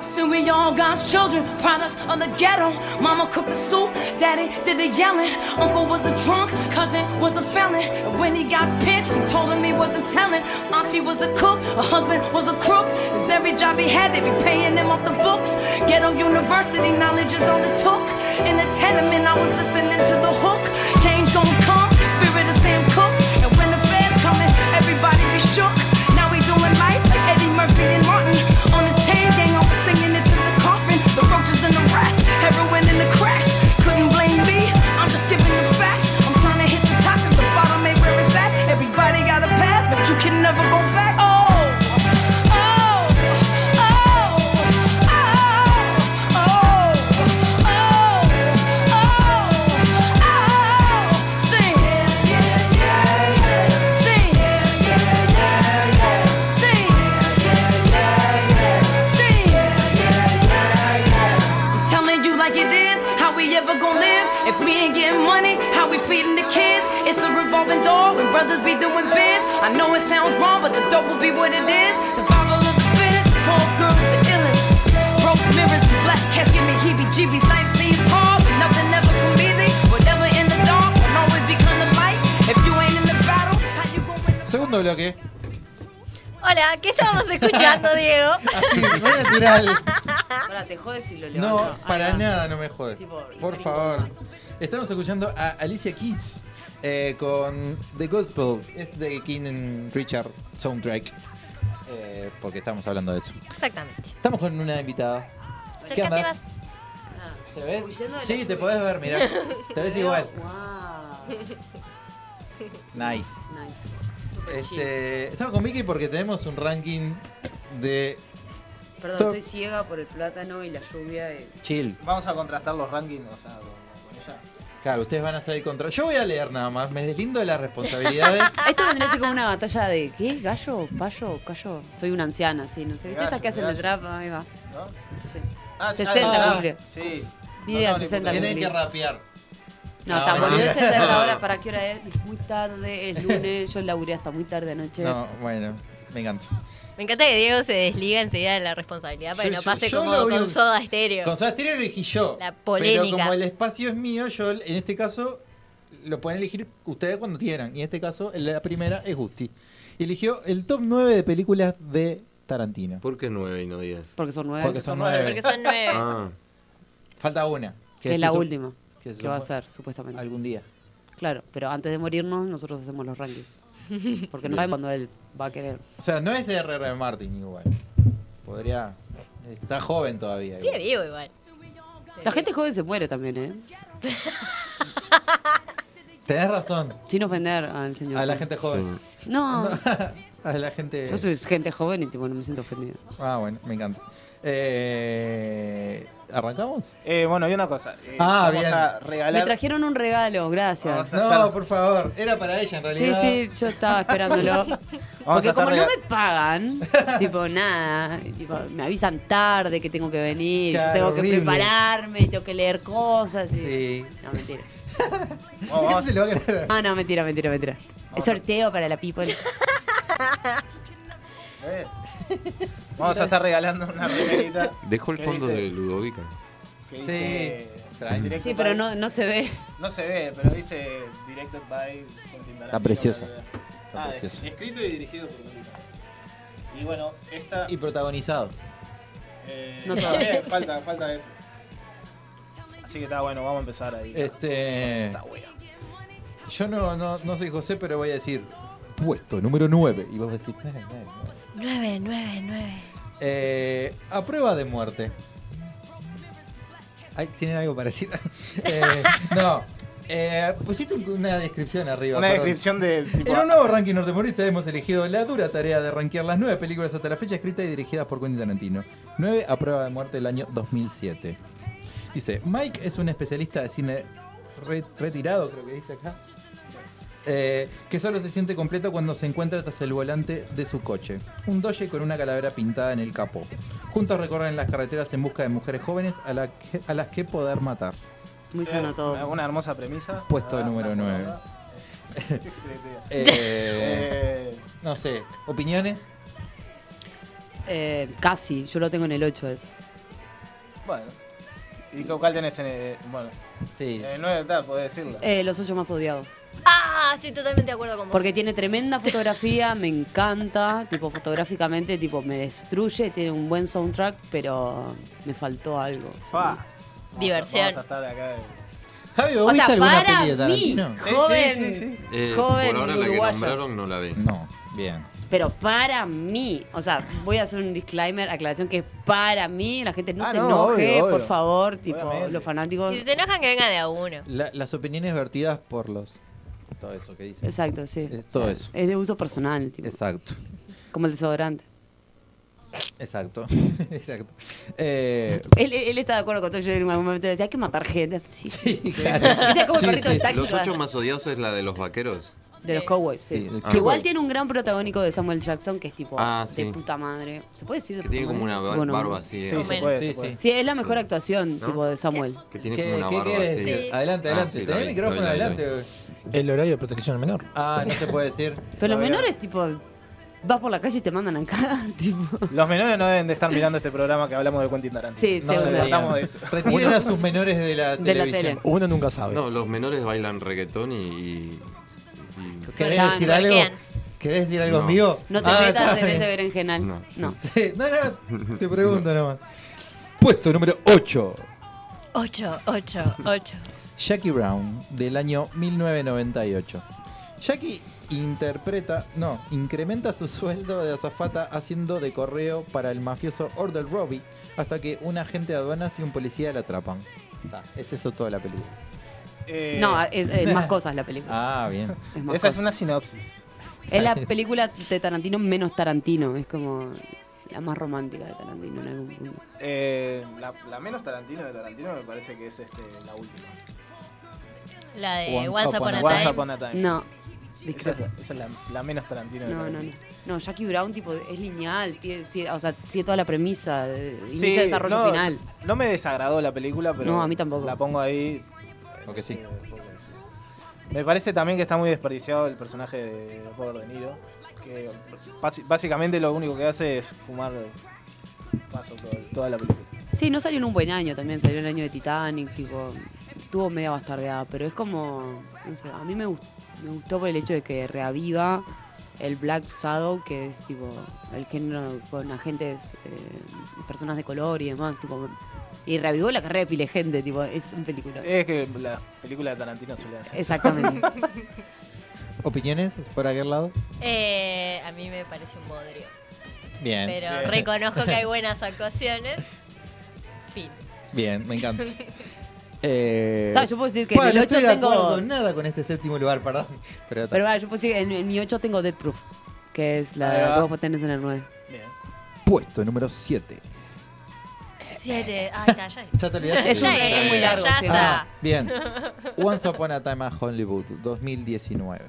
[SPEAKER 17] Soon we all God's children, products of the ghetto. Mama cooked the soup, daddy did the yelling. Uncle was a drunk, cousin was a felon. And when he got pinched, he told him he wasn't telling. Auntie was a cook, her husband was a crook. Cause every job he had, they be paying him off the books. Ghetto university knowledge is on the took. In the tenement, I was listening to the hook. Change gonna come, spirit of Sam Cook. And when the fans coming, everybody be shook. Now we doing life like Eddie Murphy and Martin. On the chain gang, I was singing into the coffin. The roaches and the rats, heroin in the cracks. Couldn't blame me, I'm just giving the facts. I'm trying to hit the top, cause the bottom ain't where it's at. Everybody got a path, but you can never go back. Oh, oh, oh, oh, oh, oh, oh. Sing. Sing. Sing. Sing. I'm telling you like it is, how we ever gonna live if we ain't getting money? How we feeding the kids? It's a revolving door when brothers be doing biz. I know it sounds wrong, but the dope will be what it is. Survival of the fittest, poor girls the illest. Broke mirrors and black cats give me heebie-jeebies. Life seems hard, but nothing ever comes easy. Whatever in the dark can always become the light. If you ain't in the battle, how you gonna
[SPEAKER 7] Segundo bloque.
[SPEAKER 6] Hola, ¿qué estábamos escuchando, Diego?
[SPEAKER 7] Así, no natural.
[SPEAKER 18] Ahora te jodes si lo levanto.
[SPEAKER 7] No, para
[SPEAKER 18] Ah,
[SPEAKER 7] nada no me jodes.
[SPEAKER 18] Tipo,
[SPEAKER 7] Por favor. Estamos escuchando a Alicia Keys eh, con The Gospel. Es de King and Richard soundtrack. eh, porque estamos hablando de eso.
[SPEAKER 6] Exactamente.
[SPEAKER 7] Estamos con una invitada. ¿Qué
[SPEAKER 18] Acércate
[SPEAKER 7] andas?
[SPEAKER 18] Ah.
[SPEAKER 7] ¿Te ves? Sí, te podés ver, mirá. Te ves igual. Nice. Este, estamos con Vicky porque tenemos un ranking de
[SPEAKER 18] Perdón,
[SPEAKER 7] Top.
[SPEAKER 18] estoy ciega por el plátano y la lluvia. y-
[SPEAKER 7] chill.
[SPEAKER 3] Vamos a contrastar los rankings, o sea, con, con ella.
[SPEAKER 7] Claro, ustedes van a salir contra. Yo voy a leer nada más, me deslindo de las responsabilidades.
[SPEAKER 18] Esto vendría a ser como una batalla de ¿qué? ¿Gallo? ¿Payo? ¿Callo? Soy una anciana, sí, no sé. ¿Viste esas que hacen de trap? Ahí va. Sí.
[SPEAKER 7] Ah,
[SPEAKER 18] 60 cumple.
[SPEAKER 3] Sí.
[SPEAKER 18] Vive a 60
[SPEAKER 7] Tienen
[SPEAKER 18] cumple.
[SPEAKER 7] que rapear.
[SPEAKER 18] No,
[SPEAKER 7] No,
[SPEAKER 18] está
[SPEAKER 7] mentira.
[SPEAKER 18] boludo, esa es la
[SPEAKER 7] No.
[SPEAKER 18] hora. ¿Para qué hora es? Es Muy tarde, es lunes. Yo laburé hasta muy tarde anoche.
[SPEAKER 7] No, bueno, me encanta.
[SPEAKER 6] Me encanta que Diego se desliga enseguida de la responsabilidad para
[SPEAKER 7] Yo-
[SPEAKER 6] que no
[SPEAKER 7] yo-
[SPEAKER 6] pase
[SPEAKER 7] yo
[SPEAKER 6] como
[SPEAKER 7] lo
[SPEAKER 6] con
[SPEAKER 7] único-
[SPEAKER 6] Soda Stereo.
[SPEAKER 7] Con Soda Stereo elegí yo.
[SPEAKER 6] La polémica.
[SPEAKER 7] Pero como el espacio es mío, yo en este caso lo pueden elegir ustedes cuando quieran. Y en este caso, la primera es Gusti. Y eligió el top 9 de películas de Tarantino.
[SPEAKER 5] ¿Por qué 9 y no 10?
[SPEAKER 18] Porque son nueve.
[SPEAKER 7] Porque son nueve.
[SPEAKER 6] Porque son nueve.
[SPEAKER 5] Ah.
[SPEAKER 7] Falta una.
[SPEAKER 18] Que es
[SPEAKER 7] se
[SPEAKER 18] la
[SPEAKER 7] sup-
[SPEAKER 18] última
[SPEAKER 7] que
[SPEAKER 18] que,
[SPEAKER 7] se
[SPEAKER 18] va a
[SPEAKER 7] supo-
[SPEAKER 18] ser, supuestamente.
[SPEAKER 7] Algún día.
[SPEAKER 18] Claro, pero antes de morirnos, nosotros hacemos los rankings. Porque no
[SPEAKER 7] Bien.
[SPEAKER 18] sabemos cuándo él va a querer.
[SPEAKER 7] O sea, no es R.R. Martin igual. Podría. Está joven todavía.
[SPEAKER 6] Sigue vivo igual.
[SPEAKER 18] La gente joven se muere también, ¿eh?
[SPEAKER 7] Tenés razón.
[SPEAKER 18] Sin ofender al señor.
[SPEAKER 7] A la gente joven.
[SPEAKER 18] No.
[SPEAKER 7] A la gente.
[SPEAKER 18] Yo soy gente joven y tipo, no me siento ofendida.
[SPEAKER 7] Ah, bueno, me encanta. Eh, ¿Arrancamos?
[SPEAKER 3] Eh, bueno, y una cosa. eh,
[SPEAKER 7] Ah,
[SPEAKER 3] vamos
[SPEAKER 7] bien.
[SPEAKER 3] a regalar.
[SPEAKER 18] Me trajeron un regalo, gracias.
[SPEAKER 7] No, por favor. Era para ella en
[SPEAKER 18] Sí,
[SPEAKER 7] realidad.
[SPEAKER 18] sí, yo estaba esperándolo. Porque
[SPEAKER 7] estar
[SPEAKER 18] como no
[SPEAKER 7] rega-
[SPEAKER 18] me pagan, tipo nada, tipo, me avisan tarde que tengo que venir,
[SPEAKER 7] Claro,
[SPEAKER 18] yo tengo que
[SPEAKER 7] horrible.
[SPEAKER 18] prepararme, tengo que leer cosas. Y... No, mentira.
[SPEAKER 7] se lo va a creer.
[SPEAKER 18] Ah, no, mentira, mentira, mentira. Es sorteo para la people.
[SPEAKER 3] eh, Vamos a estar regalando una remerita.
[SPEAKER 5] Dejó el
[SPEAKER 3] ¿Qué
[SPEAKER 5] fondo
[SPEAKER 3] dice?
[SPEAKER 5] de Ludovica.
[SPEAKER 3] que dice directed
[SPEAKER 18] Sí, pero
[SPEAKER 3] by-
[SPEAKER 18] no, no se ve.
[SPEAKER 3] No se ve, pero dice Directed by Quentin Tarantino.
[SPEAKER 7] Está preciosa.
[SPEAKER 3] bla, bla, bla.
[SPEAKER 7] Está
[SPEAKER 3] Ah,
[SPEAKER 7] preciosa.
[SPEAKER 3] es- escrito y dirigido por Tarantino. Y bueno, esta.
[SPEAKER 7] Y protagonizado.
[SPEAKER 3] eh,
[SPEAKER 7] No
[SPEAKER 3] todavía
[SPEAKER 7] sabe.
[SPEAKER 3] falta, falta eso. Así que está bueno, vamos a empezar ahí.
[SPEAKER 7] Este.
[SPEAKER 3] Esta wea.
[SPEAKER 7] Yo no, no, no soy José, pero voy a decir. Puesto número 9. Y vos decís. "Nueve, nueve, nueve".
[SPEAKER 6] Nueve, nueve, nueve.
[SPEAKER 7] Eh, a prueba de muerte. Ay, ¿Tienen algo parecido? Eh, no. Eh, pusiste un- una descripción arriba.
[SPEAKER 3] Una
[SPEAKER 7] perdón.
[SPEAKER 3] descripción de. tipo,
[SPEAKER 7] En un nuevo ranking norteamericanista hemos elegido la dura tarea de rankear las nueve películas hasta la fecha escritas y dirigidas por Quentin Tarantino. 9 a prueba de muerte del año 2007. Dice, Mike es un especialista de cine re- retirado, creo que dice acá, eh, que solo se siente completo cuando se encuentra tras el volante de su coche. Un doge con una calavera pintada en el capó. Juntos recorren las carreteras en busca de mujeres jóvenes a, la que- a las que poder matar.
[SPEAKER 18] Muy sano
[SPEAKER 3] Una,
[SPEAKER 18] todo.
[SPEAKER 3] una hermosa premisa.
[SPEAKER 7] Puesto
[SPEAKER 3] Ah,
[SPEAKER 7] número
[SPEAKER 3] una
[SPEAKER 7] 9.
[SPEAKER 3] jugada.
[SPEAKER 7] Eh, no sé, opiniones.
[SPEAKER 18] Eh, casi, yo lo tengo en el 8 eso.
[SPEAKER 3] Bueno. ¿Y qué- cuál tenés en el. Bueno.
[SPEAKER 7] Sí.
[SPEAKER 3] En el 9 está, podés decirla.
[SPEAKER 18] Eh, los 8 más odiados.
[SPEAKER 6] Ah, estoy totalmente de acuerdo con vos.
[SPEAKER 18] Porque tiene tremenda fotografía, me encanta, tipo fotográficamente, tipo me destruye, tiene un buen soundtrack, pero me faltó algo. O sea,
[SPEAKER 3] Pa. Vamos a-
[SPEAKER 6] Diversión.
[SPEAKER 3] Vamos a estar acá. de-
[SPEAKER 7] Javi, ¿vos
[SPEAKER 18] O
[SPEAKER 7] viste
[SPEAKER 18] sea,
[SPEAKER 7] alguna
[SPEAKER 18] para
[SPEAKER 7] peli de
[SPEAKER 18] mí,
[SPEAKER 7] Tarantino?
[SPEAKER 3] Sí, sí,
[SPEAKER 18] joven,
[SPEAKER 3] sí, sí.
[SPEAKER 5] Eh,
[SPEAKER 18] joven
[SPEAKER 5] por ahora la que
[SPEAKER 18] uruguayo.
[SPEAKER 5] nombraron no la vi.
[SPEAKER 7] No, bien.
[SPEAKER 18] Pero para mí, o sea, voy a hacer un disclaimer, aclaración que es para mí, la gente no
[SPEAKER 7] Ah,
[SPEAKER 18] se
[SPEAKER 7] no,
[SPEAKER 18] enoje,
[SPEAKER 7] obvio, obvio.
[SPEAKER 18] por favor, tipo,
[SPEAKER 7] Obviamente.
[SPEAKER 18] los fanáticos.
[SPEAKER 6] Si se enojan, que venga de a uno.
[SPEAKER 7] La- las opiniones vertidas por los. Todo eso que dicen.
[SPEAKER 18] Exacto, sí.
[SPEAKER 7] Es todo eso.
[SPEAKER 18] Es de uso personal, tipo,
[SPEAKER 7] Exacto,
[SPEAKER 18] como el desodorante.
[SPEAKER 7] exacto, exacto. Eh,
[SPEAKER 18] Él, él- él está de acuerdo con todo, yo en algún momento decía, hay que matar gente. Sí, sí.
[SPEAKER 7] claro.
[SPEAKER 18] Viste como el
[SPEAKER 7] Sí,
[SPEAKER 18] perrito
[SPEAKER 7] sí,
[SPEAKER 18] de taxi.
[SPEAKER 5] Los
[SPEAKER 18] ¿verdad?
[SPEAKER 5] ocho más odiosos es la de los vaqueros.
[SPEAKER 18] De los Cowboys, sí.
[SPEAKER 5] Sí, Ah, el
[SPEAKER 18] que igual
[SPEAKER 5] Cowboy.
[SPEAKER 18] tiene un gran protagónico de Samuel Jackson que es tipo
[SPEAKER 5] Ah, sí.
[SPEAKER 18] de puta madre. ¿Se puede decir de
[SPEAKER 5] Que
[SPEAKER 18] puta
[SPEAKER 5] tiene como
[SPEAKER 18] madre?
[SPEAKER 5] una bar-
[SPEAKER 18] Bueno.
[SPEAKER 5] barba así.
[SPEAKER 3] Sí,
[SPEAKER 5] eh,
[SPEAKER 3] se puede,
[SPEAKER 7] Sí,
[SPEAKER 3] se puede.
[SPEAKER 7] sí.
[SPEAKER 18] Sí, es la mejor actuación
[SPEAKER 5] ¿No?
[SPEAKER 18] tipo de Samuel.
[SPEAKER 5] Que tiene como
[SPEAKER 7] Eh, ¿Qué,
[SPEAKER 5] una
[SPEAKER 7] qué
[SPEAKER 5] barba
[SPEAKER 7] quieres
[SPEAKER 5] así.
[SPEAKER 7] decir? Adelante,
[SPEAKER 5] Ah,
[SPEAKER 7] adelante.
[SPEAKER 5] sí,
[SPEAKER 7] Tenés
[SPEAKER 5] lo
[SPEAKER 7] el
[SPEAKER 5] vi,
[SPEAKER 7] micrófono
[SPEAKER 5] lo vi, lo
[SPEAKER 7] adelante.
[SPEAKER 8] El horario de protección al menor.
[SPEAKER 7] Ah, no se puede decir.
[SPEAKER 18] Pero los
[SPEAKER 3] Todavía.
[SPEAKER 18] menores tipo vas por la calle y te mandan a cagar, tipo.
[SPEAKER 3] Los menores no deben de estar mirando este programa que hablamos de Quentin Tarantino.
[SPEAKER 18] Sí,
[SPEAKER 7] No
[SPEAKER 18] seguro.
[SPEAKER 7] deberían.
[SPEAKER 3] Tratamos de eso.
[SPEAKER 7] Retiren a sus menores de la
[SPEAKER 18] De la
[SPEAKER 7] televisión.
[SPEAKER 8] Uno nunca sabe.
[SPEAKER 5] vi. No, los menores bailan reggaetón y. y- y-
[SPEAKER 7] ¿Querés
[SPEAKER 6] Cortan,
[SPEAKER 7] decir algo?
[SPEAKER 6] cortean.
[SPEAKER 7] ¿Querés decir algo
[SPEAKER 5] No.
[SPEAKER 7] en vivo?
[SPEAKER 18] No te
[SPEAKER 7] Ah,
[SPEAKER 18] metas
[SPEAKER 7] está
[SPEAKER 18] en
[SPEAKER 7] bien.
[SPEAKER 18] ese berenjenal.
[SPEAKER 5] No.
[SPEAKER 18] No.
[SPEAKER 7] Sí, no, no, te pregunto nomás. Puesto número 8.
[SPEAKER 6] Ocho, ocho, ocho.
[SPEAKER 7] Jackie Brown, del año 1998. Jackie interpreta, no, incrementa su sueldo de azafata haciendo de correo para el mafioso Ordel Robbie hasta que un agente de aduanas y un policía la atrapan. Ta, Es eso toda la película.
[SPEAKER 3] Eh,
[SPEAKER 18] No, es, es más cosas la película.
[SPEAKER 7] Ah, bien.
[SPEAKER 18] Es, más
[SPEAKER 3] Esa es
[SPEAKER 18] cosas. Eh.
[SPEAKER 3] una sinopsis.
[SPEAKER 18] Es la película de Tarantino menos Tarantino. Es como la más romántica de Tarantino en algún punto.
[SPEAKER 3] Eh, la, la menos Tarantino de Tarantino me parece que es este, la última.
[SPEAKER 6] La de
[SPEAKER 7] Once
[SPEAKER 6] Eh, Once, Upon
[SPEAKER 7] Upon a
[SPEAKER 6] a
[SPEAKER 3] Once
[SPEAKER 6] Time.
[SPEAKER 3] Upon a Time.
[SPEAKER 18] No.
[SPEAKER 3] Esa,
[SPEAKER 18] Discrepo.
[SPEAKER 3] esa es la, la menos Tarantino de
[SPEAKER 18] No, no, no.
[SPEAKER 3] Tarantino.
[SPEAKER 18] No, Jackie Brown tipo es lineal, tiene, sí, o sea, tiene toda la premisa, de
[SPEAKER 3] Sí,
[SPEAKER 18] inicio, desarrollo,
[SPEAKER 3] no,
[SPEAKER 18] final.
[SPEAKER 3] No me desagradó la película, pero
[SPEAKER 18] No, a mí tampoco.
[SPEAKER 3] la pongo ahí.
[SPEAKER 7] Porque sí.
[SPEAKER 3] eh, porque sí. Me parece también que está muy desperdiciado el personaje de Robert De Niro. Que basi- básicamente lo único que hace es fumar paso todo- toda la película.
[SPEAKER 18] Sí, no salió en un buen año también, salió en el año de Titanic, tipo, estuvo media bastardeada, pero es como, no sé, a mí me, gust- me gustó por el hecho de que reaviva el Black Shadow, que es tipo el género con agentes, eh, personas de color y demás, tipo. Y reavivó la carrera de pile gente, tipo, es un película.
[SPEAKER 3] Es que las películas de Tarantino suelen hacer.
[SPEAKER 18] Exactamente.
[SPEAKER 7] ¿Opiniones por aquel lado?
[SPEAKER 6] Eh, a mí me parece un bodrio.
[SPEAKER 7] Bien.
[SPEAKER 6] Pero
[SPEAKER 7] Bien.
[SPEAKER 6] reconozco que hay buenas actuaciones. Fin.
[SPEAKER 7] Bien, me encanta. Eh,
[SPEAKER 18] Ta, yo puedo decir que
[SPEAKER 7] pa,
[SPEAKER 18] en el
[SPEAKER 7] no
[SPEAKER 18] ocho
[SPEAKER 7] estoy de
[SPEAKER 18] tengo-
[SPEAKER 7] acuerdo en nada con este séptimo lugar, perdón. Pero, ta.
[SPEAKER 18] Pero bueno, yo puse en, en mi 8 tengo Dead Proof, que es
[SPEAKER 7] Ahí va.
[SPEAKER 18] la que vos tenés en el 9.
[SPEAKER 16] Puesto número 7.
[SPEAKER 6] Siete. Ay, está, ya.
[SPEAKER 7] Ya te olvidaste.
[SPEAKER 6] Ya es, es muy largo.
[SPEAKER 7] Ah,
[SPEAKER 6] sí. está.
[SPEAKER 7] bien. Once Upon a Time at Hollywood, 2019.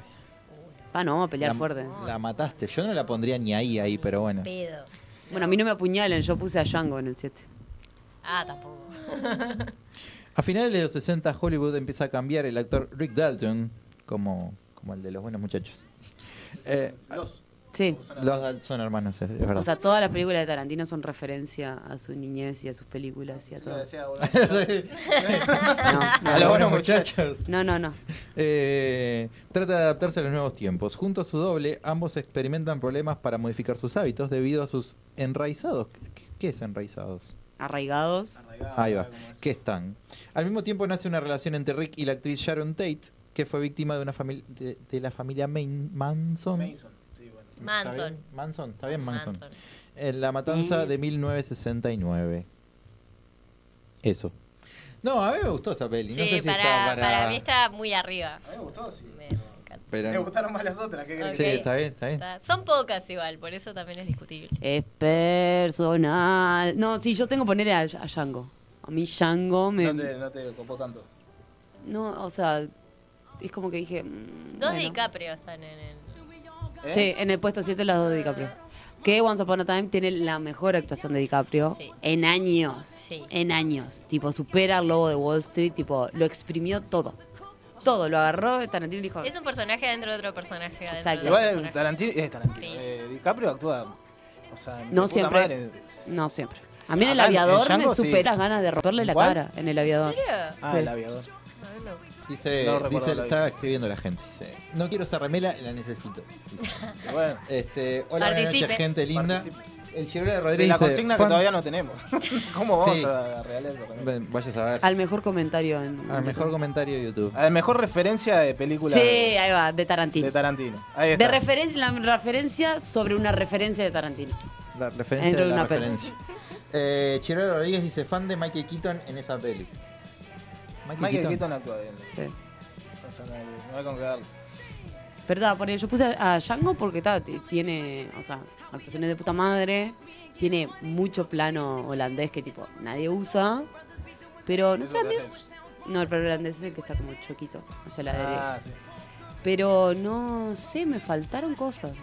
[SPEAKER 18] Ah, no, vamos a pelear
[SPEAKER 7] La-
[SPEAKER 18] fuerte.
[SPEAKER 7] La mataste. Yo no la pondría ni ahí, ahí, pero bueno.
[SPEAKER 6] Pedo.
[SPEAKER 18] Bueno, a mí no me apuñalen, yo puse a Django en el 7.
[SPEAKER 6] Ah, tampoco.
[SPEAKER 7] A finales de los 60, Hollywood empieza a cambiar el actor Rick Dalton como, como el de los buenos muchachos. Eh,
[SPEAKER 3] los.
[SPEAKER 18] Sí.
[SPEAKER 7] Los Dalton son hermanos, es es verdad.
[SPEAKER 18] O sea, todas las películas de Tarantino son referencia a su niñez y a sus películas y a
[SPEAKER 3] Lo
[SPEAKER 18] todo.
[SPEAKER 3] decía, boludo. No,
[SPEAKER 7] a los buenos muchachos.
[SPEAKER 18] No, no, no.
[SPEAKER 7] Eh, trata de adaptarse a los nuevos tiempos. Junto a su doble, ambos experimentan problemas para modificar sus hábitos debido a sus enraizados. ¿Qué, qué es enraizados?
[SPEAKER 18] Arraigados.
[SPEAKER 7] Ahí va. ¿Qué están? Al mismo tiempo nace una relación entre Rick y la actriz Sharon Tate, que fue víctima de una familia de, de la familia Main- Manson.
[SPEAKER 3] Mason, sí, bueno.
[SPEAKER 7] ¿Está
[SPEAKER 6] Manson.
[SPEAKER 7] bien? Manson, está bien Manson.
[SPEAKER 6] Manson.
[SPEAKER 7] En la matanza de 1969. Eso. No, a mí me gustó esa peli.
[SPEAKER 6] Sí,
[SPEAKER 7] no sé si
[SPEAKER 6] para,
[SPEAKER 7] está para...
[SPEAKER 6] para... mí está muy arriba. A
[SPEAKER 3] mí me gustó, sí.
[SPEAKER 7] pero-
[SPEAKER 3] Me gustaron más las otras, ¿qué crees?
[SPEAKER 7] Sí, está bien, está bien.
[SPEAKER 6] Está- Son pocas igual, por eso también es discutible.
[SPEAKER 18] Es personal. No, sí, yo tengo que ponerle a, a Django. A mí Django me...
[SPEAKER 3] No te, no te copó tanto.
[SPEAKER 18] No, o sea, es como que dije... mm,
[SPEAKER 6] Dos
[SPEAKER 18] bueno.
[SPEAKER 6] de DiCaprio están en el... ¿Eh?
[SPEAKER 18] Sí, en el puesto 7 las dos de DiCaprio. Que Once Upon a Time tiene la mejor actuación de DiCaprio en años. En años. Tipo, supera al lobo de Wall Street, tipo, lo exprimió todo. Todo, lo agarró, Tarantino y dijo.
[SPEAKER 6] Es un personaje dentro de otro personaje. adentro de
[SPEAKER 18] Exacto.
[SPEAKER 6] otro
[SPEAKER 3] Igual
[SPEAKER 6] personaje.
[SPEAKER 3] Tarantino, eh, Tarantino, eh, DiCaprio actúa, o sea, de
[SPEAKER 18] No
[SPEAKER 3] puta
[SPEAKER 18] siempre.
[SPEAKER 3] madre.
[SPEAKER 18] No siempre. A mí en el
[SPEAKER 3] Acá en-
[SPEAKER 18] aviador
[SPEAKER 3] en Django,
[SPEAKER 18] me
[SPEAKER 3] sí.
[SPEAKER 18] superas ganas de romperle la
[SPEAKER 3] ¿Cuál?
[SPEAKER 18] cara en el aviador.
[SPEAKER 6] ¿En serio?
[SPEAKER 18] Sí.
[SPEAKER 3] Ah, el aviador.
[SPEAKER 7] Dice,
[SPEAKER 3] No recuerdo
[SPEAKER 7] dice-
[SPEAKER 3] la
[SPEAKER 7] está escribiendo la gente. Dice, no quiero esa remela, la necesito.
[SPEAKER 3] Bueno.
[SPEAKER 7] Este, hola, buenas noches,
[SPEAKER 3] Participe.
[SPEAKER 7] gente linda. El Chirola de Rodríguez.
[SPEAKER 3] De la
[SPEAKER 7] dice,
[SPEAKER 3] consigna que
[SPEAKER 7] fan-
[SPEAKER 3] todavía no tenemos. ¿Cómo vamos
[SPEAKER 7] Sí.
[SPEAKER 3] a arreglar eso?
[SPEAKER 7] Ven, Vayas a ver.
[SPEAKER 18] Al mejor comentario en.
[SPEAKER 7] Al mejor comentario de YouTube.
[SPEAKER 3] A la mejor referencia de película
[SPEAKER 18] Sí,
[SPEAKER 3] de,
[SPEAKER 18] ahí va, de Tarantino.
[SPEAKER 3] de Tarantino. Ahí
[SPEAKER 18] De
[SPEAKER 3] está.
[SPEAKER 18] referencia, la referencia sobre una referencia de Tarantino.
[SPEAKER 7] La referencia
[SPEAKER 18] Dentro
[SPEAKER 7] de
[SPEAKER 18] de
[SPEAKER 7] la
[SPEAKER 18] una peli.
[SPEAKER 7] referencia. Eh, Chirola Rodríguez dice, fan de Michael Keaton en esa peli.
[SPEAKER 3] Michael Keaton actúa bien.
[SPEAKER 18] Sí.
[SPEAKER 3] O sea, no, hay- no hay con qué darle.
[SPEAKER 18] ¿Verdad? Por ello, yo puse a a Django porque ta, t- tiene, o sea, actuaciones de puta madre, tiene mucho plano holandés que tipo nadie usa, pero no sé, a mí... No, el plano holandés es el que está como choquito hacia la derecha.
[SPEAKER 3] Ah, sí.
[SPEAKER 18] Pero no sé, me faltaron cosas.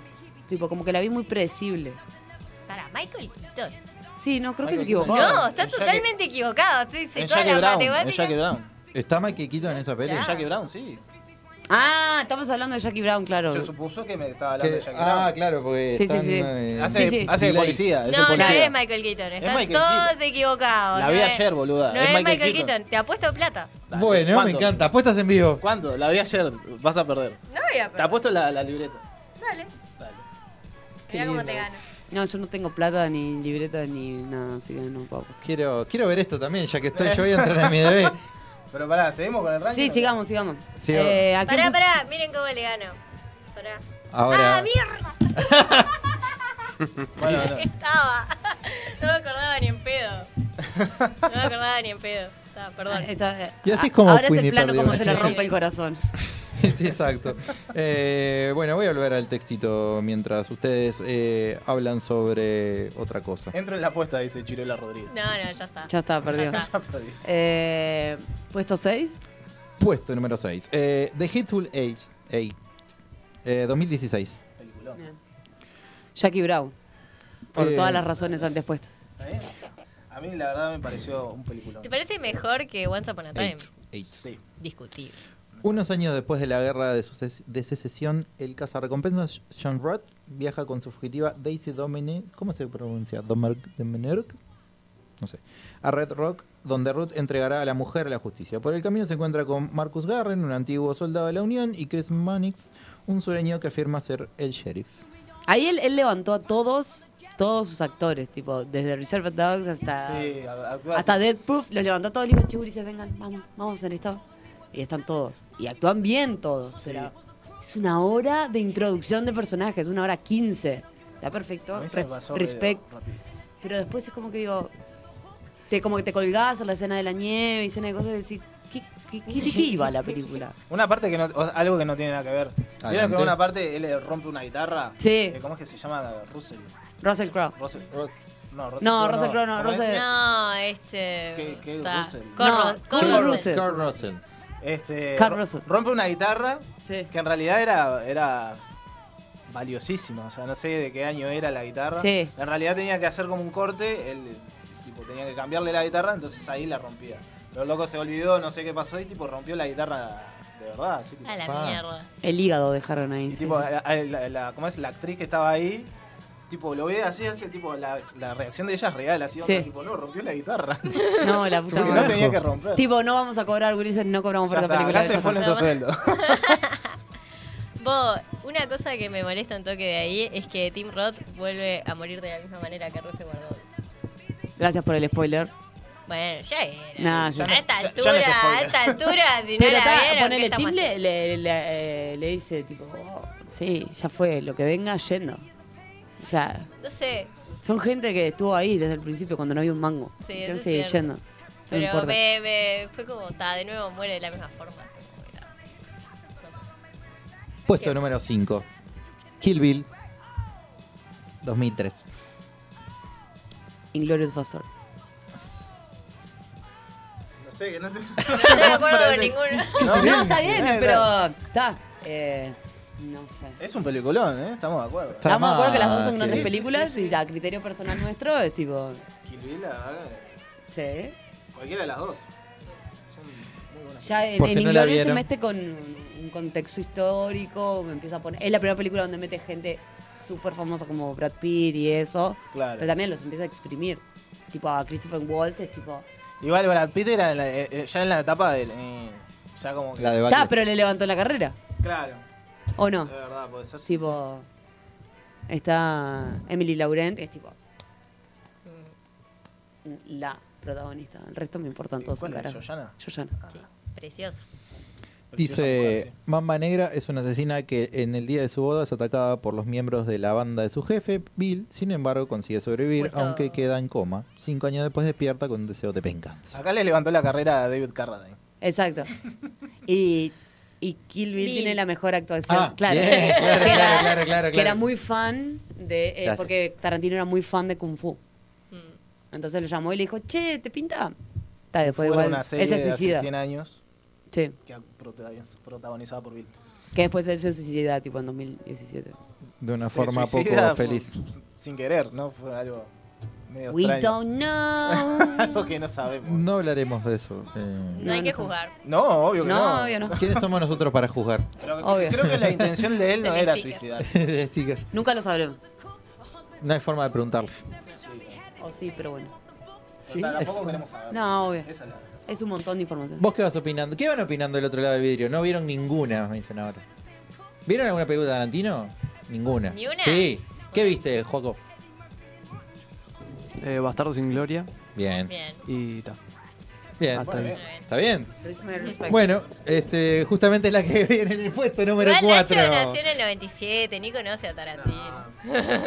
[SPEAKER 18] Tipo, como que la vi muy predecible.
[SPEAKER 6] Para Michael Keaton.
[SPEAKER 18] Sí, no, creo que se
[SPEAKER 6] Michael
[SPEAKER 18] equivocó.
[SPEAKER 6] Keaton. No, está totalmente equivocado. Sí, sí,
[SPEAKER 3] En
[SPEAKER 6] toda
[SPEAKER 3] Jackie
[SPEAKER 6] la
[SPEAKER 3] Brown. En
[SPEAKER 6] matemática.
[SPEAKER 3] Jackie Brown.
[SPEAKER 7] ¿Está Michael Keaton en esa peli?
[SPEAKER 3] En Jackie Brown, sí.
[SPEAKER 18] Ah, estamos hablando de Jackie Brown, claro.
[SPEAKER 3] Se supuso que me estaba hablando de
[SPEAKER 7] Que-
[SPEAKER 3] Jackie Brown.
[SPEAKER 7] ah, claro, porque
[SPEAKER 18] Sí, sí,
[SPEAKER 7] están,
[SPEAKER 18] sí.
[SPEAKER 7] eh,
[SPEAKER 18] Sí,
[SPEAKER 3] Hace,
[SPEAKER 18] sí.
[SPEAKER 3] hace de
[SPEAKER 7] delays.
[SPEAKER 3] policía. es el
[SPEAKER 6] No, no
[SPEAKER 3] policía.
[SPEAKER 6] es Michael Keaton. Están
[SPEAKER 3] Michael
[SPEAKER 6] todos equivocados.
[SPEAKER 3] La
[SPEAKER 6] no
[SPEAKER 3] vi
[SPEAKER 6] es-
[SPEAKER 3] ayer, boluda.
[SPEAKER 6] No
[SPEAKER 3] Es
[SPEAKER 6] es
[SPEAKER 3] Michael
[SPEAKER 6] Michael,
[SPEAKER 3] Keaton.
[SPEAKER 6] Keaton. Te apuesto plata.
[SPEAKER 3] Dale,
[SPEAKER 7] Bueno, me
[SPEAKER 3] ¿cuándo?
[SPEAKER 7] encanta. Apuestas en vivo.
[SPEAKER 3] ¿Cuándo? La vi ayer. Vas a perder.
[SPEAKER 6] No voy a
[SPEAKER 3] Te apuesto la, la libreta.
[SPEAKER 6] Dale.
[SPEAKER 18] Qué
[SPEAKER 6] Mira cómo
[SPEAKER 18] lindo.
[SPEAKER 6] te gano.
[SPEAKER 18] No, yo no tengo plata, ni libreta, ni nada, así que no puedo. apostar.
[SPEAKER 7] Quiero, quiero ver esto también, ya que estoy. Yo voy a entrar en mi DB.
[SPEAKER 3] Pero pará, ¿seguimos con el ranking?
[SPEAKER 18] Sí, sigamos, sigamos.
[SPEAKER 7] Sí,
[SPEAKER 18] Eh, ¿a quién
[SPEAKER 6] Pará,
[SPEAKER 18] pus-
[SPEAKER 6] pará. Miren cómo le gano. Pará.
[SPEAKER 7] Ahora.
[SPEAKER 6] ¡Ah, mierda!
[SPEAKER 3] Bueno, no.
[SPEAKER 6] Estaba. No me acordaba ni en pedo. No me acordaba ni en pedo. Está, perdón.
[SPEAKER 18] Ah, Esa- eh.
[SPEAKER 7] Y así es como
[SPEAKER 18] Ahora es
[SPEAKER 7] Queenie
[SPEAKER 18] el plano
[SPEAKER 7] perdió.
[SPEAKER 18] como se le rompe el corazón.
[SPEAKER 7] sí, exacto. Eh, bueno, voy a volver al textito mientras ustedes eh, hablan sobre otra cosa.
[SPEAKER 3] Entro en la apuesta, dice Chirola Rodríguez.
[SPEAKER 6] No, no, ya está.
[SPEAKER 18] Ya está, perdió.
[SPEAKER 6] Ya está.
[SPEAKER 18] Eh, Puesto 6.
[SPEAKER 7] Puesto número 6. The Hateful Age. Eight. Eh, 2016.
[SPEAKER 18] Jackie Brown. Por
[SPEAKER 7] Eh,
[SPEAKER 18] todas las razones antes puestas.
[SPEAKER 3] A mí la verdad me pareció un peliculón.
[SPEAKER 6] ¿Te parece mejor que Once Upon a Time?
[SPEAKER 7] Eight. Eight.
[SPEAKER 3] Sí.
[SPEAKER 6] Discutir.
[SPEAKER 7] Unos años después de la guerra de, suces- de secesión, el cazarrecompensas John Roth viaja con su fugitiva Daisy Domine. ¿Cómo se pronuncia? Domer- Domenech? no sé, a Red Rock, donde Ruth entregará a la mujer a la justicia. Por el camino se encuentra con Marcus Garren, un antiguo soldado de la Unión, y Chris Mannix, un sureño que afirma ser el sheriff.
[SPEAKER 18] Ahí él, él levantó a todos, todos sus actores, tipo, desde Reserve Dogs hasta,
[SPEAKER 3] Sí, a- a-
[SPEAKER 18] hasta Dead Proof, los levantó a todos y dijo, che, gurises, vengan, vamos, vamos a hacer esto. Y están todos. Y actúan bien todos. pero es una hora de introducción de personajes, una hora quince. Está perfecto.
[SPEAKER 3] A mí se me
[SPEAKER 18] Res-
[SPEAKER 3] pasó
[SPEAKER 18] respect.
[SPEAKER 3] medio rápido.
[SPEAKER 18] Pero después es como que digo, te, como que te colgás a la escena de la nieve y escena de cosas y decís, ¿qué, qué, qué- ¿de qué iba la película?
[SPEAKER 3] Una parte que no, o sea, algo que no tiene nada que ver. ¿Vieron que
[SPEAKER 18] Adelante.
[SPEAKER 3] en una parte él le rompe una guitarra?
[SPEAKER 18] Sí.
[SPEAKER 3] Eh, ¿Cómo es que se llama? Russell.
[SPEAKER 18] Russell Crowe.
[SPEAKER 3] Russell. No, Russell
[SPEAKER 18] No,
[SPEAKER 3] Crowe
[SPEAKER 18] Russell Crowe no,
[SPEAKER 3] ¿Cómo es?
[SPEAKER 18] Russell-
[SPEAKER 6] No, este.
[SPEAKER 3] ¿Qué- qué
[SPEAKER 6] está.
[SPEAKER 3] Russell?
[SPEAKER 6] Corro-
[SPEAKER 3] No,
[SPEAKER 6] Corro
[SPEAKER 3] Kurt
[SPEAKER 6] Russell.
[SPEAKER 3] Kurt Russell. Este,
[SPEAKER 18] Kurt
[SPEAKER 3] ro-
[SPEAKER 18] Russell.
[SPEAKER 3] Rompe una guitarra
[SPEAKER 18] Sí.
[SPEAKER 3] que en realidad era, era valiosísima. O sea, no sé de qué año era la guitarra.
[SPEAKER 18] Sí.
[SPEAKER 3] En realidad tenía que hacer como un corte. Él tipo, tenía que cambiarle la guitarra, entonces ahí la rompía. Pero el loco se olvidó, no sé qué pasó, y tipo rompió la guitarra de verdad. Así, tipo,
[SPEAKER 6] A la
[SPEAKER 3] pa.
[SPEAKER 6] mierda.
[SPEAKER 18] El hígado dejaron ahí.
[SPEAKER 3] Y
[SPEAKER 18] sí,
[SPEAKER 3] tipo,
[SPEAKER 18] sí.
[SPEAKER 3] a- a- la, la- ¿cómo es? La actriz que estaba ahí, tipo, lo ve así, así, tipo, la, la reacción de ella es real, así, onda,
[SPEAKER 18] Sí.
[SPEAKER 3] tipo, no, rompió la guitarra.
[SPEAKER 18] No, la puta
[SPEAKER 3] Porque
[SPEAKER 18] madre.
[SPEAKER 3] no tenía que romper.
[SPEAKER 18] Tipo, no vamos a cobrar, gurises, no cobramos
[SPEAKER 3] Ya
[SPEAKER 18] por esta
[SPEAKER 3] está,
[SPEAKER 18] película.
[SPEAKER 3] acá se
[SPEAKER 18] ya
[SPEAKER 3] fue
[SPEAKER 18] está.
[SPEAKER 3] nuestro sueldo.
[SPEAKER 6] Vos, una cosa que me molesta un toque de ahí es que Tim Roth vuelve a morir de la misma manera que Russell Guardón.
[SPEAKER 18] Gracias por el spoiler.
[SPEAKER 6] Bueno, ya era.
[SPEAKER 18] Nah, ya no-
[SPEAKER 6] a esta
[SPEAKER 18] ya-
[SPEAKER 6] altura,
[SPEAKER 18] ya no es
[SPEAKER 6] a
[SPEAKER 18] spoiler.
[SPEAKER 6] esta altura, si no
[SPEAKER 18] Pero
[SPEAKER 6] la
[SPEAKER 18] está,
[SPEAKER 6] vieron, ¿qué
[SPEAKER 18] ponele,
[SPEAKER 6] estamos
[SPEAKER 18] Tim le, le- le- eh, le dice, tipo, "Oh, sí, ya fue, lo que venga, yendo. O sea,
[SPEAKER 6] haciendo? No sé,
[SPEAKER 18] son gente que estuvo ahí desde el principio cuando no había un mango.
[SPEAKER 6] Sí,
[SPEAKER 18] Quieren
[SPEAKER 6] eso es
[SPEAKER 18] seguir
[SPEAKER 6] cierto.
[SPEAKER 18] yendo. No
[SPEAKER 6] pero
[SPEAKER 18] importa.
[SPEAKER 6] me, me- fue como, está, de nuevo muere de la misma forma.
[SPEAKER 7] Puesto número 5. Kill Bill 2003.
[SPEAKER 18] Inglorious Bastard.
[SPEAKER 3] No sé, que no te...
[SPEAKER 6] estoy de acuerdo con
[SPEAKER 3] Parece-
[SPEAKER 6] ninguno. Es que
[SPEAKER 18] No, no, está bien, pero está. eh, no sé.
[SPEAKER 3] Es un peliculón, ¿eh? Estamos de acuerdo.
[SPEAKER 18] Estamos de acuerdo que las dos son
[SPEAKER 3] Sí,
[SPEAKER 18] grandes
[SPEAKER 3] sí,
[SPEAKER 18] películas y a criterio personal nuestro es tipo,
[SPEAKER 3] sí. Kill Bill, la verdad
[SPEAKER 18] che.
[SPEAKER 3] que Cualquiera de las dos. Son muy buenas.
[SPEAKER 18] Ya en,
[SPEAKER 3] Por
[SPEAKER 18] en
[SPEAKER 3] si no la
[SPEAKER 18] Inglourious se
[SPEAKER 3] vieron.
[SPEAKER 18] mete con un contexto histórico, me empieza a poner. Es la primera película donde mete gente súper famosa como Brad Pitt y eso.
[SPEAKER 3] Claro.
[SPEAKER 18] Pero también los empieza a exprimir. Tipo a Christopher Waltz es tipo.
[SPEAKER 3] Igual Brad Pitt era en la- eh, eh, ya en la etapa del... eh, ya como que...
[SPEAKER 18] Está, pero le levantó la carrera.
[SPEAKER 3] Claro.
[SPEAKER 18] ¿O no?
[SPEAKER 3] De verdad, puede ser. sí,
[SPEAKER 18] Tipo. Está Emily Laurent, es tipo. mm, La protagonista. El resto me importan todos un
[SPEAKER 3] ¿Cuál es?
[SPEAKER 18] carajo.
[SPEAKER 3] ¿Yoyana?
[SPEAKER 18] Yoyana.
[SPEAKER 6] Precioso.
[SPEAKER 7] Dice, Mamba Negra es una asesina que en el día de su boda es atacada por los miembros de la banda de su jefe, Bill, sin embargo consigue sobrevivir, aunque queda en coma. Cinco años después despierta con un deseo de venganza.
[SPEAKER 3] sí. Acá le levantó la carrera a David Carradine.
[SPEAKER 18] Exacto. Y, y Kill Bill,
[SPEAKER 6] Bill.
[SPEAKER 18] tiene la mejor actuación.
[SPEAKER 3] Ah,
[SPEAKER 18] claro.
[SPEAKER 7] bien, claro,
[SPEAKER 18] que
[SPEAKER 7] claro,
[SPEAKER 18] era,
[SPEAKER 7] claro, claro,
[SPEAKER 18] que era
[SPEAKER 7] claro.
[SPEAKER 18] muy fan de. eh,
[SPEAKER 7] Gracias.
[SPEAKER 18] porque Tarantino era muy fan de Kung Fu.
[SPEAKER 3] Mm.
[SPEAKER 18] Entonces lo llamó y le dijo, che, ¿te pinta? Está, después
[SPEAKER 3] Fue
[SPEAKER 18] igual.
[SPEAKER 3] una serie
[SPEAKER 18] él se
[SPEAKER 3] de hace
[SPEAKER 18] suicida.
[SPEAKER 3] 100 años
[SPEAKER 18] Sí.
[SPEAKER 3] que ha protagoniz- protagonizada por Bill.
[SPEAKER 18] Que después él se suicida, tipo en 2017.
[SPEAKER 7] De una
[SPEAKER 3] Se
[SPEAKER 7] forma poco
[SPEAKER 3] suicida pues. por-
[SPEAKER 7] feliz.
[SPEAKER 3] Sin querer, ¿no? Fue algo medio
[SPEAKER 18] We
[SPEAKER 3] extraño.
[SPEAKER 18] don't know.
[SPEAKER 3] algo que no sabemos.
[SPEAKER 7] No hablaremos de eso. eh.
[SPEAKER 6] No hay que jugar.
[SPEAKER 3] No, obvio que no.
[SPEAKER 6] No, obvio no.
[SPEAKER 7] ¿Quiénes somos nosotros para juzgar?
[SPEAKER 3] Pero
[SPEAKER 18] Obvio.
[SPEAKER 3] Creo que la intención de él no era suicidar.
[SPEAKER 7] Sticker.
[SPEAKER 18] Nunca lo sabremos.
[SPEAKER 7] no hay forma de preguntarles.
[SPEAKER 18] O sí, pero bueno.
[SPEAKER 7] Sí, Ta- tampoco es- queremos
[SPEAKER 3] saber.
[SPEAKER 18] No, obvio.
[SPEAKER 3] Esa es la-
[SPEAKER 18] Es un montón de información.
[SPEAKER 7] ¿Vos qué vas opinando? ¿Qué van opinando del otro lado del vidrio? No vieron ninguna, me dicen ahora. ¿Vieron alguna película de Tarantino? Ninguna.
[SPEAKER 6] ¿Ni una?
[SPEAKER 7] Sí. ¿Qué viste, Joaco?
[SPEAKER 19] Eh, Bastardo sin Gloria.
[SPEAKER 7] Bien.
[SPEAKER 6] Bien.
[SPEAKER 19] Y ta.
[SPEAKER 7] Bien.
[SPEAKER 19] Hasta ahí.
[SPEAKER 7] ¿Está bien?
[SPEAKER 6] Respect.
[SPEAKER 7] Bueno, este, justamente es la que viene en el puesto número
[SPEAKER 6] Igual Nacho
[SPEAKER 7] 4.
[SPEAKER 6] nació en el 97, ni conoce a Tarantino.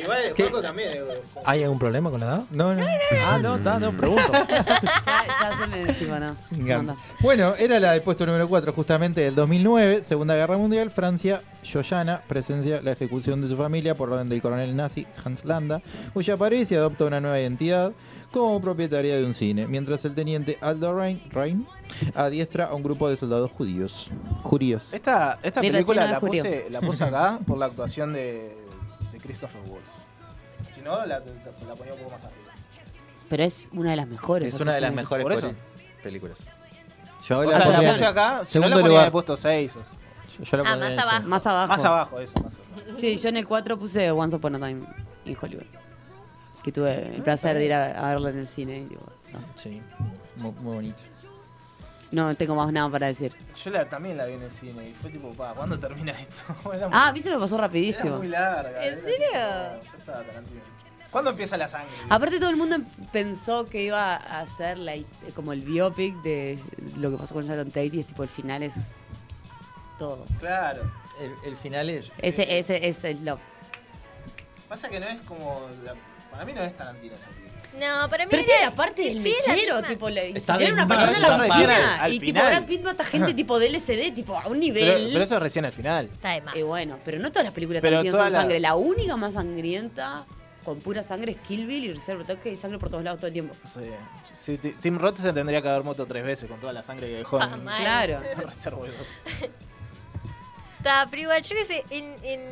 [SPEAKER 3] Igual el juego también. eh,
[SPEAKER 8] ¿Hay algún problema con la edad?
[SPEAKER 7] No, no.
[SPEAKER 8] Ah, no, no, no, pregunto.
[SPEAKER 18] ya, ya se me. Tipo, no.
[SPEAKER 7] Me encanta. Bueno, era la del puesto número 4, justamente del 2009, Segunda Guerra Mundial, Francia, Yoyana presencia la ejecución de su familia por orden del coronel nazi Hans Landa, cuya aparece y adopta una nueva identidad como propietaria de un cine, mientras el teniente Aldo Rain, Rain adiestra a un grupo de soldados judíos. Judíos.
[SPEAKER 3] Esta, esta
[SPEAKER 7] Mi
[SPEAKER 3] película
[SPEAKER 7] vecino
[SPEAKER 3] la
[SPEAKER 7] es judío.
[SPEAKER 3] puse, la puse acá por la actuación de, de Christopher Waltz. Si no, la, la ponía un poco más arriba.
[SPEAKER 18] Pero es una de las mejores.
[SPEAKER 7] Es una de las
[SPEAKER 18] actuaciones.
[SPEAKER 7] mejores
[SPEAKER 3] Por eso.
[SPEAKER 7] peli- películas. Yo
[SPEAKER 3] O
[SPEAKER 7] la
[SPEAKER 3] sea,
[SPEAKER 7] pondría
[SPEAKER 3] la
[SPEAKER 7] en
[SPEAKER 3] puse acá, si no la
[SPEAKER 7] segundo
[SPEAKER 3] ponía en
[SPEAKER 7] lugar.
[SPEAKER 3] el puesto 6.
[SPEAKER 7] Yo, yo la
[SPEAKER 18] Ah, más
[SPEAKER 7] pondría en
[SPEAKER 18] abajo. Más abajo.
[SPEAKER 3] Más abajo, eso. Más abajo.
[SPEAKER 18] Sí, yo en el 4 puse Once Upon a Time in Hollywood. que tuve el placer de ir a, a verlo en el cine. y tipo, no.
[SPEAKER 7] Sí, muy, muy bonito.
[SPEAKER 18] no tengo más nada para decir.
[SPEAKER 3] Yo la, también la vi en el cine y fue tipo, pa, ¿cuándo termina esto? Era muy-
[SPEAKER 18] Ah, a mí se me pasó
[SPEAKER 3] Era
[SPEAKER 18] rapidísimo.
[SPEAKER 3] muy larga.
[SPEAKER 6] ¿En
[SPEAKER 3] era
[SPEAKER 6] serio?
[SPEAKER 3] tipo, ya está, Tarantino. ¿Cuándo empieza la sangre?
[SPEAKER 18] Aparte todo el mundo pensó que iba a hacer la- como el biopic de lo que pasó con Sharon Tate y es tipo el final es todo.
[SPEAKER 3] Claro.
[SPEAKER 7] El, el final es. eh,
[SPEAKER 18] Ese, ese, ese es lo.
[SPEAKER 3] Pasa que no es como. la- para mí no es Tarantino esa película.
[SPEAKER 6] No, para mí.
[SPEAKER 18] Pero
[SPEAKER 6] era-
[SPEAKER 18] tiene la parte del
[SPEAKER 6] sí, era
[SPEAKER 18] lechero,
[SPEAKER 6] misma.
[SPEAKER 18] tipo, le
[SPEAKER 3] Está
[SPEAKER 18] era una
[SPEAKER 3] bien,
[SPEAKER 18] persona en la
[SPEAKER 3] pero eso recién
[SPEAKER 18] oficina
[SPEAKER 3] al- al
[SPEAKER 18] y tipo
[SPEAKER 3] final.
[SPEAKER 18] Brad Pitt mata gente tipo de LCD, tipo a un nivel.
[SPEAKER 3] Pero, pero eso es recién al final.
[SPEAKER 6] Está de más.
[SPEAKER 18] Y bueno, pero no todas las películas
[SPEAKER 3] Pero
[SPEAKER 18] Tarantino
[SPEAKER 3] toda
[SPEAKER 18] son
[SPEAKER 3] la-
[SPEAKER 18] sangre. La única más sangrienta con pura sangre es Kill Bill y Reserve Toque y sangre por todos lados todo el tiempo.
[SPEAKER 3] Sí. Sí, Ti- Tim Roth se tendría que haber muerto tres veces con toda la sangre que dejó
[SPEAKER 6] Ah,
[SPEAKER 3] en
[SPEAKER 6] mal.
[SPEAKER 18] Claro.
[SPEAKER 3] Reservoir Dogs.
[SPEAKER 6] Está, pero igual, yo qué sé, en, en-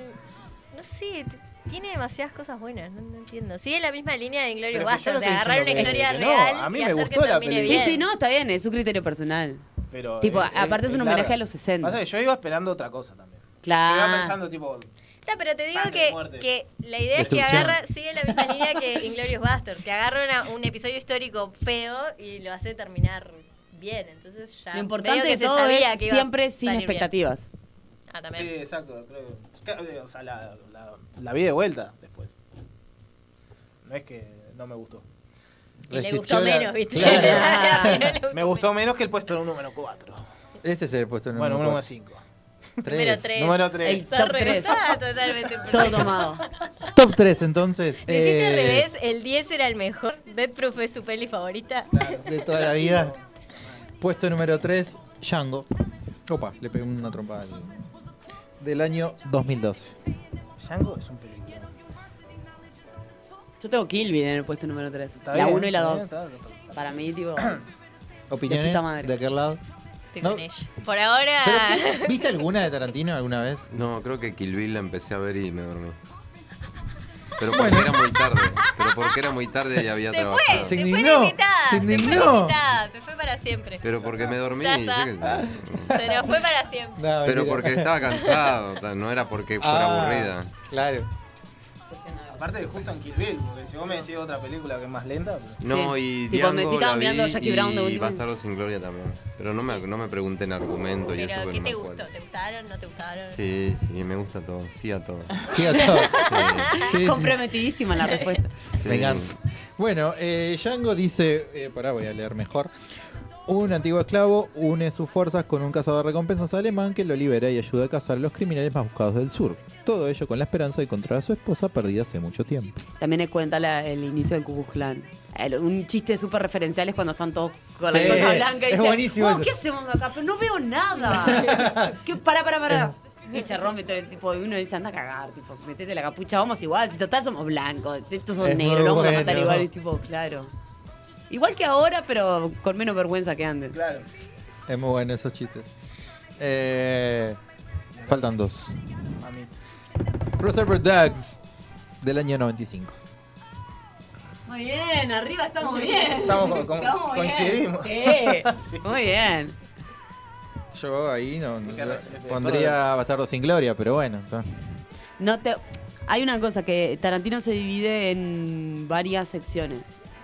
[SPEAKER 6] No sé, t- tiene demasiadas cosas buenas, no, no entiendo. Sigue la misma línea de Inglorious
[SPEAKER 3] Pero que yo no
[SPEAKER 6] Bastards, de
[SPEAKER 3] estoy
[SPEAKER 6] agarrar una
[SPEAKER 3] diciendo Este, que-
[SPEAKER 6] historia
[SPEAKER 3] que no,
[SPEAKER 6] real
[SPEAKER 3] a mí
[SPEAKER 6] y
[SPEAKER 3] me
[SPEAKER 6] hacer
[SPEAKER 3] gustó
[SPEAKER 6] que
[SPEAKER 3] la
[SPEAKER 6] termine
[SPEAKER 18] Sí,
[SPEAKER 6] bien.
[SPEAKER 18] sí, no, está bien, es un criterio personal.
[SPEAKER 3] Pero
[SPEAKER 18] Tipo, aparte es un homenaje a los 60.
[SPEAKER 3] Pasa que yo iba esperando otra cosa también.
[SPEAKER 6] Ah.
[SPEAKER 3] Yo iba
[SPEAKER 18] Claro.
[SPEAKER 3] pensando, tipo,
[SPEAKER 6] No, pero te digo
[SPEAKER 3] Sangre,
[SPEAKER 6] que,
[SPEAKER 3] muerte.
[SPEAKER 6] que la idea es que
[SPEAKER 3] Destrucción.
[SPEAKER 6] agarra, sigue la misma línea que Inglorious Bastards, que agarra una- un episodio histórico feo y lo hace terminar bien. Entonces ya
[SPEAKER 18] Lo
[SPEAKER 6] medio
[SPEAKER 18] importante
[SPEAKER 6] que
[SPEAKER 18] de
[SPEAKER 6] se
[SPEAKER 18] todo
[SPEAKER 6] sabía
[SPEAKER 18] es
[SPEAKER 6] que iba a
[SPEAKER 18] siempre sin
[SPEAKER 6] salir bien.
[SPEAKER 18] expectativas.
[SPEAKER 6] Ah,
[SPEAKER 3] Sí,
[SPEAKER 6] también.
[SPEAKER 3] exacto, creo. que- O sea, la, la- la vi de vuelta después. No es que no me gustó.
[SPEAKER 6] Y le gustó menos, ¿viste?
[SPEAKER 3] me gustó menos que el puesto número 4.
[SPEAKER 7] Ese es el puesto número
[SPEAKER 3] Bueno,
[SPEAKER 7] cuatro.
[SPEAKER 3] 1,5.
[SPEAKER 7] Tres.
[SPEAKER 6] Número 3.
[SPEAKER 3] Número tres. El
[SPEAKER 6] Está
[SPEAKER 3] top
[SPEAKER 6] re-
[SPEAKER 3] tres.
[SPEAKER 6] está totalmente
[SPEAKER 18] Todo
[SPEAKER 6] perfecto.
[SPEAKER 18] tomado.
[SPEAKER 7] Top 3, entonces.
[SPEAKER 6] Hiciste al
[SPEAKER 7] eh,
[SPEAKER 6] revés, el 10 era el mejor. Dead Proof es tu peli favorita.
[SPEAKER 7] De toda la vida. Puesto número 3, Django. Opa, le pegué una trompa al- Del año 2012.
[SPEAKER 3] Django es un película.
[SPEAKER 18] Yo tengo Kill Bill en el puesto número 3.
[SPEAKER 3] Está
[SPEAKER 18] La
[SPEAKER 3] bien,
[SPEAKER 18] 1 y la
[SPEAKER 3] está bien,
[SPEAKER 18] 2.
[SPEAKER 3] está bien, está bien.
[SPEAKER 18] Para mí, tipo. De
[SPEAKER 7] ¿Opiniones
[SPEAKER 18] puta
[SPEAKER 7] de,
[SPEAKER 18] madre.
[SPEAKER 7] aquel lado?
[SPEAKER 6] Estoy
[SPEAKER 7] No.
[SPEAKER 6] con ella. Por ahora.
[SPEAKER 7] ¿Pero qué? ¿Viste alguna de Tarantino alguna vez?
[SPEAKER 5] No, creo que Kill Bill la empecé a ver y me dormí. Pero porque era muy tarde. Pero porque era muy tarde y había
[SPEAKER 6] Se
[SPEAKER 5] trabajado.
[SPEAKER 6] fue, se fue la
[SPEAKER 7] indignó,
[SPEAKER 6] mitad.
[SPEAKER 7] se
[SPEAKER 6] Se fue, la
[SPEAKER 7] indignó.
[SPEAKER 6] mitad, se fue para siempre.
[SPEAKER 5] Pero porque me dormí,
[SPEAKER 6] Ya
[SPEAKER 5] yo
[SPEAKER 6] está.
[SPEAKER 5] qué sé.
[SPEAKER 6] Se nos fue para siempre.
[SPEAKER 7] No,
[SPEAKER 5] Pero
[SPEAKER 7] Ah, mentira.
[SPEAKER 5] porque estaba cansado, ta- no era porque fuera
[SPEAKER 7] Ah,
[SPEAKER 5] aburrida.
[SPEAKER 7] Claro.
[SPEAKER 3] Aparte de justo en Kill Bill, porque si vos me decís otra película que es más lenta. pues-
[SPEAKER 5] No,
[SPEAKER 18] Sí.
[SPEAKER 5] y
[SPEAKER 18] Tipo, me
[SPEAKER 5] Django
[SPEAKER 18] citaba
[SPEAKER 5] la vi
[SPEAKER 18] mirando Jackie Brown de
[SPEAKER 5] y
[SPEAKER 18] última.
[SPEAKER 5] Bastardo sin Gloria también. Pero no me, no me pregunten argumentos y eso
[SPEAKER 6] Pero,
[SPEAKER 5] que
[SPEAKER 6] ¿qué
[SPEAKER 5] no me
[SPEAKER 6] te
[SPEAKER 5] acuerdo.
[SPEAKER 6] gustó? ¿Te gustaron? ¿No te gustaron?
[SPEAKER 5] Sí, sí, me gusta todo. Sí a todo.
[SPEAKER 7] Sí, a todo. Sí, sí.
[SPEAKER 18] Comprometidísima la respuesta.
[SPEAKER 5] Sí.
[SPEAKER 7] Venganza. Bueno, eh, Django dice, eh, pará, voy a leer mejor. Un antiguo esclavo une sus fuerzas con un cazador de recompensas alemán que lo libera y ayuda a cazar a los criminales más buscados del sur. Todo ello con la esperanza de encontrar a su esposa perdida hace mucho tiempo.
[SPEAKER 18] También le cuenta la- el inicio del Ku Klux Klan. El- un chiste súper referencial es cuando están todos con
[SPEAKER 7] Sí,
[SPEAKER 18] la cosa blanca y
[SPEAKER 7] es
[SPEAKER 18] dicen,
[SPEAKER 7] buenísimo
[SPEAKER 18] "Oh,
[SPEAKER 7] eso".
[SPEAKER 18] ¿qué hacemos acá? Pero no veo nada. ¿Qué? Para, para, para. Y se rompe todo, tipo, y uno dice, anda a cagar, tipo, metete la capucha, vamos igual, si total somos blancos, si estos son
[SPEAKER 7] Es muy
[SPEAKER 18] negros, lo vamos a matar
[SPEAKER 7] bueno.
[SPEAKER 18] igual, y tipo, claro. Igual que ahora, pero con menos vergüenza que antes.
[SPEAKER 3] Claro.
[SPEAKER 7] Es muy bueno esos chistes. Eh, faltan dos.
[SPEAKER 3] Mamita.
[SPEAKER 7] Reservoir Dogs del año 95.
[SPEAKER 18] Muy bien, arriba estamos bien.
[SPEAKER 3] Estamos co- co-
[SPEAKER 18] Estamos bien.
[SPEAKER 3] coincidimos.
[SPEAKER 18] Sí. Muy bien.
[SPEAKER 7] Yo ahí no, no-
[SPEAKER 18] Fíjate,
[SPEAKER 7] pondría Bastardo sin Gloria, pero bueno. está.
[SPEAKER 18] No te... Hay una cosa que Tarantino se divide en varias secciones.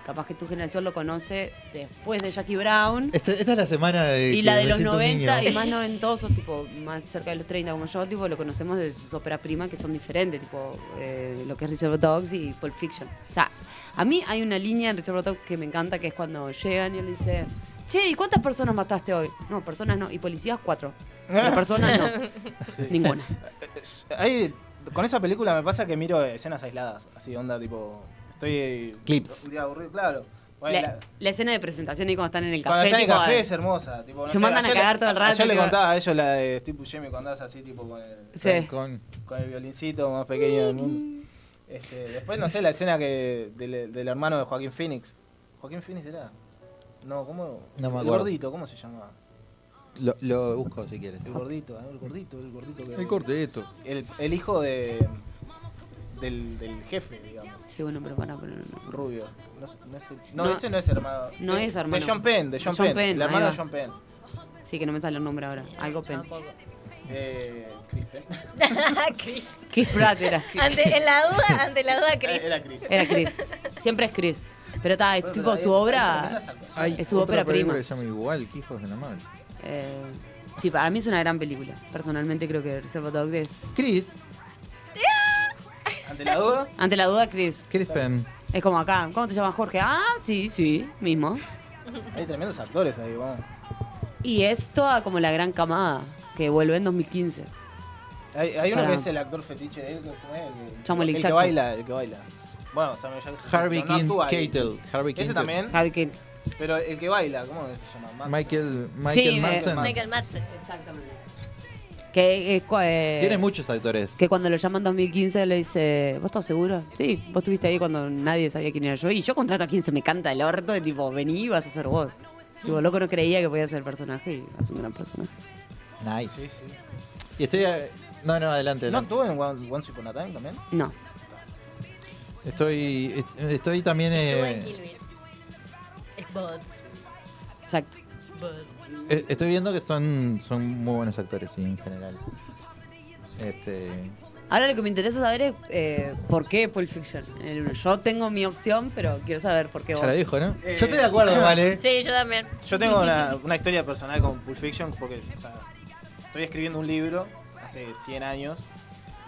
[SPEAKER 18] Capaz que tu generación lo conoce después de Jackie Brown.
[SPEAKER 7] Esta, Este, esta es la semana de
[SPEAKER 18] Y
[SPEAKER 7] que
[SPEAKER 18] la de
[SPEAKER 7] me
[SPEAKER 18] los
[SPEAKER 7] siento un
[SPEAKER 18] 90
[SPEAKER 7] niño.
[SPEAKER 18] y más noventosos, tipo, más cerca de los 30 como yo, tipo, lo conocemos de sus óperas primas que son diferentes, tipo, eh, lo que es Reservoir Dogs y Pulp Fiction. O sea, a mí hay una línea en Reservoir Dogs que me encanta, que es cuando llegan y él dice, che, ¿y cuántas personas mataste hoy? No, personas no, y policías cuatro. Pero personas no. Ninguna.
[SPEAKER 3] Eh, Hay- con esa película me pasa que miro escenas aisladas, así onda tipo. Estoy. eh,
[SPEAKER 7] Clips.
[SPEAKER 3] un día aburrido, claro. Bueno,
[SPEAKER 18] La,
[SPEAKER 3] la-
[SPEAKER 18] la escena de presentación ahí cuando están en el café,
[SPEAKER 3] cuando está en el
[SPEAKER 18] tipo,
[SPEAKER 3] café
[SPEAKER 18] eh,
[SPEAKER 3] es hermosa. tipo, no
[SPEAKER 18] se
[SPEAKER 3] sé,
[SPEAKER 18] mandan a
[SPEAKER 3] ayer le-
[SPEAKER 18] cagar todo el rato.
[SPEAKER 3] Ayer le
[SPEAKER 18] tipo,
[SPEAKER 3] contaba a ellos la de Steve Buscemi cuando hace así, tipo con el,
[SPEAKER 18] Sí.
[SPEAKER 7] Con-
[SPEAKER 3] con el violincito más pequeño del mundo. Este, después, no sé, la escena que del, del hermano de Joaquín Phoenix. ¿Joaquín Phoenix era? No, ¿cómo?
[SPEAKER 7] No me
[SPEAKER 3] el
[SPEAKER 7] acuerdo.
[SPEAKER 3] gordito, ¿cómo se llamaba?
[SPEAKER 7] Lo, lo busco si quieres.
[SPEAKER 3] El gordito, ¿eh? el gordito, el gordito. que-
[SPEAKER 7] El cortito.
[SPEAKER 3] El, el hijo de del, del jefe, digamos.
[SPEAKER 18] Sí, bueno, pero para, pero no.
[SPEAKER 3] Rubio. No, sé- no es el- no,
[SPEAKER 18] No,
[SPEAKER 3] ese no es hermano.
[SPEAKER 18] no
[SPEAKER 3] De-
[SPEAKER 18] es hermano.
[SPEAKER 3] De John Penn, de John, Penn, El
[SPEAKER 18] ahí
[SPEAKER 3] hermano
[SPEAKER 18] va.
[SPEAKER 3] de John Penn.
[SPEAKER 18] Sí, que no me sale el nombre ahora. Algo Penn.
[SPEAKER 3] Eh, Chris Penn.
[SPEAKER 6] Chris.
[SPEAKER 18] Chris Pratt era.
[SPEAKER 6] Ante, en la duda, ante la duda, Chris.
[SPEAKER 3] Era Chris.
[SPEAKER 18] Era Chris. Siempre es Chris. Pero está, es tipo su obra. Es su
[SPEAKER 7] otra
[SPEAKER 18] ópera prima.
[SPEAKER 7] película que se llama igual, que hijos de la madre.
[SPEAKER 18] Eh, sí, para mí es una gran película. Personalmente creo que Reserva Dogs es.
[SPEAKER 7] Chris.
[SPEAKER 3] ¿Ante la duda?
[SPEAKER 18] Ante la duda, Chris.
[SPEAKER 7] Chris Penn.
[SPEAKER 18] Es como acá. ¿Cómo te llamas Jorge? Ah, sí, sí, mismo.
[SPEAKER 3] Hay tremendos actores ahí, vamos.
[SPEAKER 18] Y es toda como la gran camada que vuelve en 2015.
[SPEAKER 3] Hay, hay uno
[SPEAKER 18] Para-
[SPEAKER 3] que es el actor fetiche de él, que ¿cómo es? El,
[SPEAKER 18] Samuel L.
[SPEAKER 3] el que
[SPEAKER 18] Jackson.
[SPEAKER 3] baila, el que baila. Bueno, Samuel Jackson.
[SPEAKER 7] Harvey
[SPEAKER 3] no, no
[SPEAKER 7] Keitel.
[SPEAKER 3] actúa ahí.
[SPEAKER 7] Harvey
[SPEAKER 3] Ese
[SPEAKER 7] Keitel.
[SPEAKER 3] también.
[SPEAKER 18] Harvey Keitel.
[SPEAKER 3] Pero el que baila, ¿cómo se llama? Matt.
[SPEAKER 7] Michael, Michael Madsen.
[SPEAKER 6] Madsen.
[SPEAKER 18] Exactamente. Que es cua- eh,
[SPEAKER 7] Tiene muchos actores.
[SPEAKER 18] Que cuando lo llaman 2015 le dice, ¿vos estás seguro? Sí, vos estuviste ahí cuando nadie sabía quién era yo. Y yo contrato a quien se me canta el orto, y tipo, vení, vas a ser vos. Tipo, loco no creía que podía ser el personaje y es un gran personaje.
[SPEAKER 7] Nice.
[SPEAKER 3] Sí,
[SPEAKER 7] Y estoy. eh, No, no, adelante.
[SPEAKER 3] ¿No
[SPEAKER 7] adelante.
[SPEAKER 3] actuó en Once, Once Upon a Time también?
[SPEAKER 18] No.
[SPEAKER 7] Estoy, est- estoy también. eh,
[SPEAKER 6] Es Bond.
[SPEAKER 18] Exacto.
[SPEAKER 7] eh, estoy viendo que son, son muy buenos actores, sí, en general. Este.
[SPEAKER 18] Ahora lo que me interesa saber es eh, por qué Pulp Fiction. en el uno. Yo tengo mi opción, pero quiero saber por qué vos.
[SPEAKER 7] Ya la dijo, ¿no?
[SPEAKER 3] Eh,
[SPEAKER 7] Yo estoy de acuerdo, vale.
[SPEAKER 6] Sí, yo también.
[SPEAKER 3] Yo tengo una, una historia personal con Pulp Fiction porque o sea, estoy escribiendo un libro hace 100 años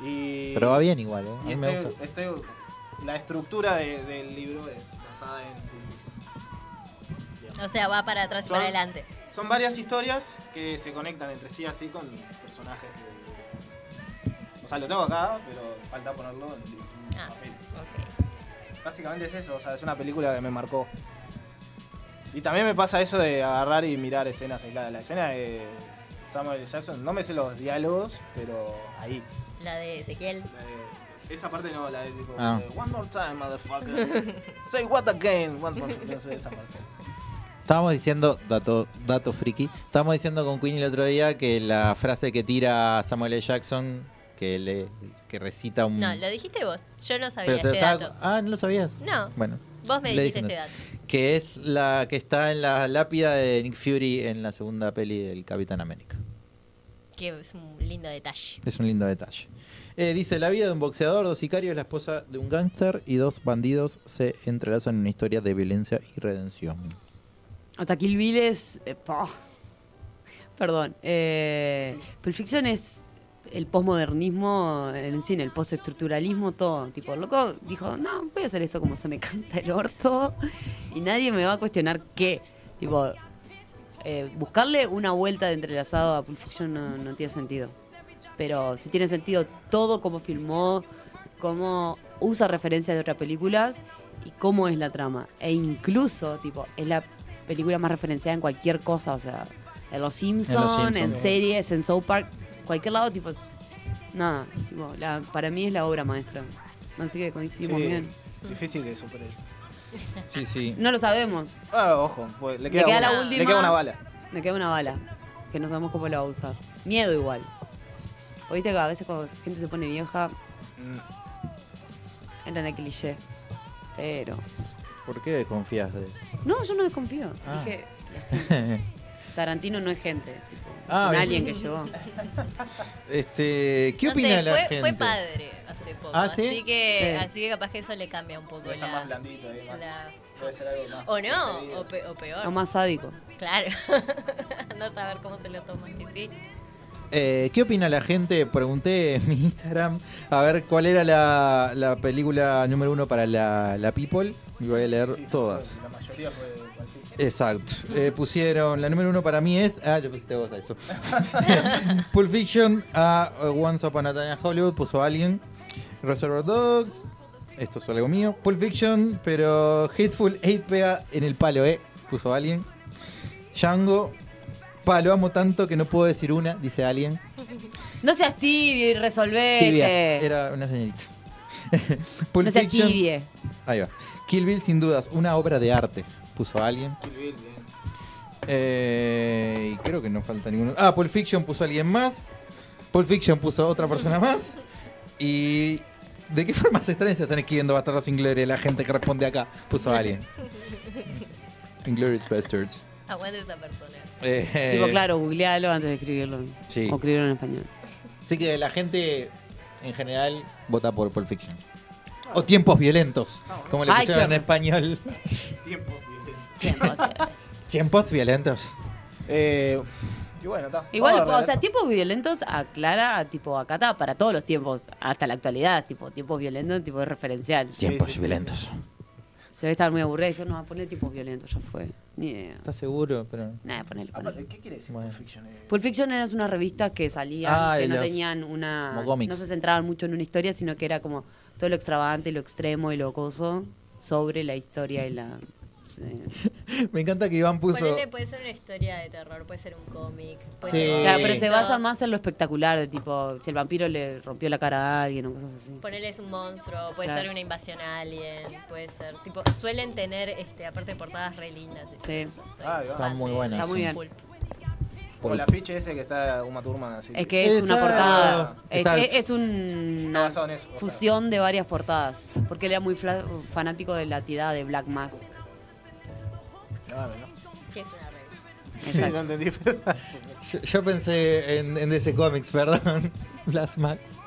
[SPEAKER 3] y...
[SPEAKER 7] Pero va bien igual, ¿eh? A
[SPEAKER 3] y
[SPEAKER 7] mí me
[SPEAKER 3] estoy-
[SPEAKER 7] gusta.
[SPEAKER 3] estoy- la estructura de- del libro es basada en Pulp Fiction.
[SPEAKER 6] O sea, va para atrás y
[SPEAKER 3] Son-
[SPEAKER 6] para adelante.
[SPEAKER 3] Son varias historias que se conectan entre sí así con personajes de- O sea, lo tengo acá, pero falta ponerlo en un
[SPEAKER 6] Ah,
[SPEAKER 3] papel. Básicamente es eso, o sea, es una película que me marcó. Y también me pasa eso de agarrar y mirar escenas aisladas. La escena de Samuel Jackson, no me sé los diálogos, pero ahí.
[SPEAKER 6] La de Ezequiel.
[SPEAKER 3] Esa parte no, la de tipo,
[SPEAKER 7] Ah.
[SPEAKER 3] eh, one more time, motherfucker. Say what again, one more time. No sé, esa parte.
[SPEAKER 7] Estábamos diciendo, dato, dato friki, estábamos diciendo con Queen el otro día que la frase que tira Samuel L. Jackson, que le que recita un...
[SPEAKER 6] No, lo dijiste vos. Yo no sabía
[SPEAKER 7] pero te
[SPEAKER 6] este
[SPEAKER 7] estaba-
[SPEAKER 6] dato.
[SPEAKER 7] Ah, ¿no lo sabías?
[SPEAKER 6] No.
[SPEAKER 7] Bueno.
[SPEAKER 6] Vos me
[SPEAKER 7] le
[SPEAKER 6] dijiste
[SPEAKER 7] dije-
[SPEAKER 6] este dato.
[SPEAKER 7] Que es la que está en la lápida de Nick Fury en la segunda peli del Capitán América.
[SPEAKER 6] Que es un lindo detalle.
[SPEAKER 7] Es un lindo detalle. Eh, dice, la vida de un boxeador, dos sicarios, la esposa de un gángster y dos bandidos se entrelazan en una historia de violencia y redención.
[SPEAKER 18] O sea, Kill Bill es. eh, pa. Perdón. Eh, Pulp Fiction es el posmodernismo en el cine, el postestructuralismo, todo. Tipo, el loco dijo, no, voy a hacer esto como se me canta el orto y nadie me va a cuestionar qué. Tipo, eh, buscarle una vuelta de entrelazado a Pulp Fiction no, no tiene sentido. Pero sí tiene sentido todo como filmó, cómo usa referencias de otras películas y cómo es la trama. E incluso, tipo, es la película más referenciada en cualquier cosa, o sea, en Los Simpsons, en,
[SPEAKER 7] Simpson.
[SPEAKER 18] series, en South Park, cualquier lado, tipo, es- nada, tipo, la- para mí es la obra maestra. Así que coincidimos
[SPEAKER 3] Sí,
[SPEAKER 18] bien.
[SPEAKER 3] Difícil que supere eso.
[SPEAKER 7] Sí, sí.
[SPEAKER 18] No lo sabemos.
[SPEAKER 3] Ah, ojo, pues, le
[SPEAKER 18] Le
[SPEAKER 3] queda,
[SPEAKER 18] queda
[SPEAKER 3] una,
[SPEAKER 18] la última.
[SPEAKER 3] Le queda una bala.
[SPEAKER 18] Me queda una bala, que no sabemos cómo la va a usar. Miedo igual. Oíste que a veces cuando gente se pone vieja,
[SPEAKER 3] Mm.
[SPEAKER 18] entran a cliché. Pero.
[SPEAKER 7] ¿Por qué desconfías de...?
[SPEAKER 18] No, yo no desconfío.
[SPEAKER 7] Ah.
[SPEAKER 18] Dije, Tarantino no es gente. Tipo,
[SPEAKER 7] Ah,
[SPEAKER 18] es un
[SPEAKER 7] bien.
[SPEAKER 18] alien que llegó.
[SPEAKER 7] Este, ¿qué
[SPEAKER 6] No sé,
[SPEAKER 7] opina la
[SPEAKER 6] fue,
[SPEAKER 7] gente?
[SPEAKER 6] Fue padre hace poco.
[SPEAKER 7] Ah, ¿sí?
[SPEAKER 6] Así que,
[SPEAKER 7] Sí.
[SPEAKER 6] así que capaz que eso le cambia un poco.
[SPEAKER 3] Está
[SPEAKER 6] la-
[SPEAKER 3] más blandito ahí, más-
[SPEAKER 6] la-
[SPEAKER 3] Puede ser algo más.
[SPEAKER 6] O no, o, pe- o peor.
[SPEAKER 18] O más sádico.
[SPEAKER 6] Claro. Anda a saber cómo se lo toman. que sí.
[SPEAKER 7] Eh, ¿Qué opina la gente? Pregunté en mi Instagram a ver cuál era la, la película número uno para la, la People. Y voy a leer todas.
[SPEAKER 3] La mayoría fue
[SPEAKER 7] Exacto. Eh, pusieron, la número uno para mí es. Ah, le pusiste vos a eso. Pulp Fiction a Once Upon a Time in Hollywood puso alguien. Reservoir Dogs. Esto es algo mío. Pulp Fiction, pero Hateful Eight pega en el palo, ¿eh? Puso alguien. Django. Palo, amo tanto que no puedo decir una, dice alguien.
[SPEAKER 18] No seas tibio y resolvete.
[SPEAKER 7] Tibia. Era una señorita. Pulp
[SPEAKER 18] Eh, No seas
[SPEAKER 7] Fiction-
[SPEAKER 18] tibie.
[SPEAKER 7] Ahí va. Kill Bill, sin dudas, una obra de arte, puso alguien. Eh, y creo que no falta ninguno. Ah, Pulp Fiction puso alguien más. Pulp Fiction puso otra persona más. Y. ¿De qué formas extrañas se están escribiendo Bastardos sin Gloria? La gente que responde acá puso alguien. Inglorious Bastards.
[SPEAKER 6] Aguante esa persona.
[SPEAKER 7] Eh,
[SPEAKER 18] Tipo, claro, googlealo antes de escribirlo.
[SPEAKER 7] Sí.
[SPEAKER 18] O escribirlo en español.
[SPEAKER 7] Así que la gente en general vota por Pulp Fiction. O tiempos violentos, como le
[SPEAKER 18] Ay,
[SPEAKER 7] pusieron en
[SPEAKER 18] qué
[SPEAKER 7] español. Tiempos violentos.
[SPEAKER 3] Eh, y bueno, está.
[SPEAKER 18] Igual,
[SPEAKER 3] Vamos a
[SPEAKER 18] o sea, tiempos violentos aclara, a tipo, acá está para todos los tiempos, hasta la actualidad, tipo, tiempos violentos, tipo, es referencial.
[SPEAKER 7] Tiempos violentos.
[SPEAKER 18] Se debe estar muy aburrido y dijo, no, poner tipos violentos, ya fue. Ni idea.
[SPEAKER 7] ¿Estás seguro? Pero...
[SPEAKER 18] Nada, ponelo, ponelo.
[SPEAKER 3] ¿Qué quiere decir Pulp Fiction? Eh,
[SPEAKER 18] Pulp Fiction eran unas revistas que salían,
[SPEAKER 7] Ah,
[SPEAKER 18] que
[SPEAKER 7] y
[SPEAKER 18] no
[SPEAKER 7] los-
[SPEAKER 18] tenían una.
[SPEAKER 7] como cómics.
[SPEAKER 18] No se centraban mucho en una historia, sino que era como todo lo extravagante, y lo extremo y lo coso sobre la historia y la.
[SPEAKER 7] Me encanta que Iván puso.
[SPEAKER 6] Ponele, puede ser una historia de terror, puede ser un cómic. puede
[SPEAKER 7] Sí.
[SPEAKER 6] ser-
[SPEAKER 18] Claro, pero se
[SPEAKER 6] No,
[SPEAKER 18] basa más en lo espectacular, de tipo, si el vampiro le rompió la cara a alguien o cosas así.
[SPEAKER 6] Ponele es un monstruo, puede
[SPEAKER 18] Claro.
[SPEAKER 6] ser una invasión alien, puede ser. Tipo, suelen tener, este, aparte portadas re lindas.
[SPEAKER 18] Sí.
[SPEAKER 3] Ah,
[SPEAKER 7] Está muy buena.
[SPEAKER 18] Está muy bien.
[SPEAKER 3] Con el afiche ese que está Uma Thurman así.
[SPEAKER 18] Es que es una portada. Es,
[SPEAKER 3] Exacto.
[SPEAKER 18] es- es una
[SPEAKER 3] basado en eso, o sea.
[SPEAKER 18] fusión de varias portadas. Porque él era muy fla- fanático de la tirada de Black Mask.
[SPEAKER 3] Ah, bueno.
[SPEAKER 6] ¿Qué es una regla?
[SPEAKER 18] Exacto.
[SPEAKER 3] No entendí, pero-
[SPEAKER 7] Yo, yo pensé en, en DC Comics, perdón. Blast Max.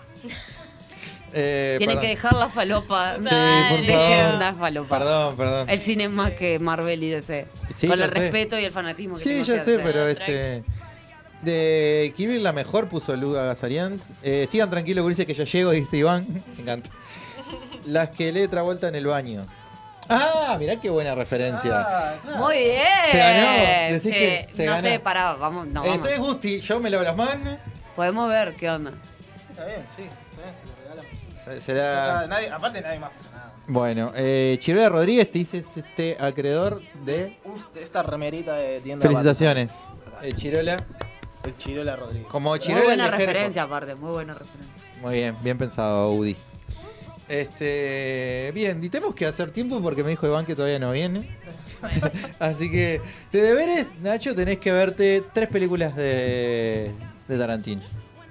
[SPEAKER 7] Eh,
[SPEAKER 18] Tienen
[SPEAKER 7] perdón.
[SPEAKER 18] que dejar la falopa.
[SPEAKER 7] Sí, por favor.
[SPEAKER 18] Dejen la falopa.
[SPEAKER 7] Perdón, perdón.
[SPEAKER 18] El cine es más que Marvel y DC.
[SPEAKER 7] Sí,
[SPEAKER 18] Con
[SPEAKER 7] ya
[SPEAKER 18] el
[SPEAKER 7] sé.
[SPEAKER 18] respeto y el fanatismo que
[SPEAKER 7] Sí,
[SPEAKER 18] tengo
[SPEAKER 7] ya
[SPEAKER 18] hacia
[SPEAKER 7] sé,
[SPEAKER 18] el
[SPEAKER 7] pero
[SPEAKER 18] cine.
[SPEAKER 7] este. De Kirby la mejor puso Luga Gazarian. Eh, sigan tranquilos, gurises, que yo llego, dice Iván. Me encanta. Las que le vuelta en el baño. Ah, mirá qué buena referencia.
[SPEAKER 18] Muy bien.
[SPEAKER 7] Se ganó. Decís
[SPEAKER 18] Ah. Eh, Sí,
[SPEAKER 7] que se
[SPEAKER 18] no
[SPEAKER 7] ganó.
[SPEAKER 18] sé, pará, vamos. No,
[SPEAKER 7] Eh,
[SPEAKER 18] vamos.
[SPEAKER 7] soy Gusti, yo me lavo las manos.
[SPEAKER 18] Podemos ver qué onda.
[SPEAKER 3] Está bien, sí. Está bien, se lo regalan.
[SPEAKER 7] Se-
[SPEAKER 3] Ya está,
[SPEAKER 7] Será.
[SPEAKER 3] nadie- aparte, nadie más puso nada.
[SPEAKER 7] Bueno, eh, Chiruela Rodríguez te dices este acreedor de.
[SPEAKER 3] Ust- Esta remerita de tienda.
[SPEAKER 7] Felicitaciones. Eh, Chirola.
[SPEAKER 3] Batman. El Chirola Rodríguez.
[SPEAKER 7] Como
[SPEAKER 18] Muy
[SPEAKER 7] Chirola.
[SPEAKER 18] buena
[SPEAKER 7] el de Jerez.
[SPEAKER 18] referencia, aparte. Muy buena referencia.
[SPEAKER 7] Muy bien, bien pensado, Udi. Este, bien, y tenemos que hacer tiempo porque me dijo Iván que todavía no viene. Así que, de deberes, Nacho, tenés que verte tres películas de, de Tarantino.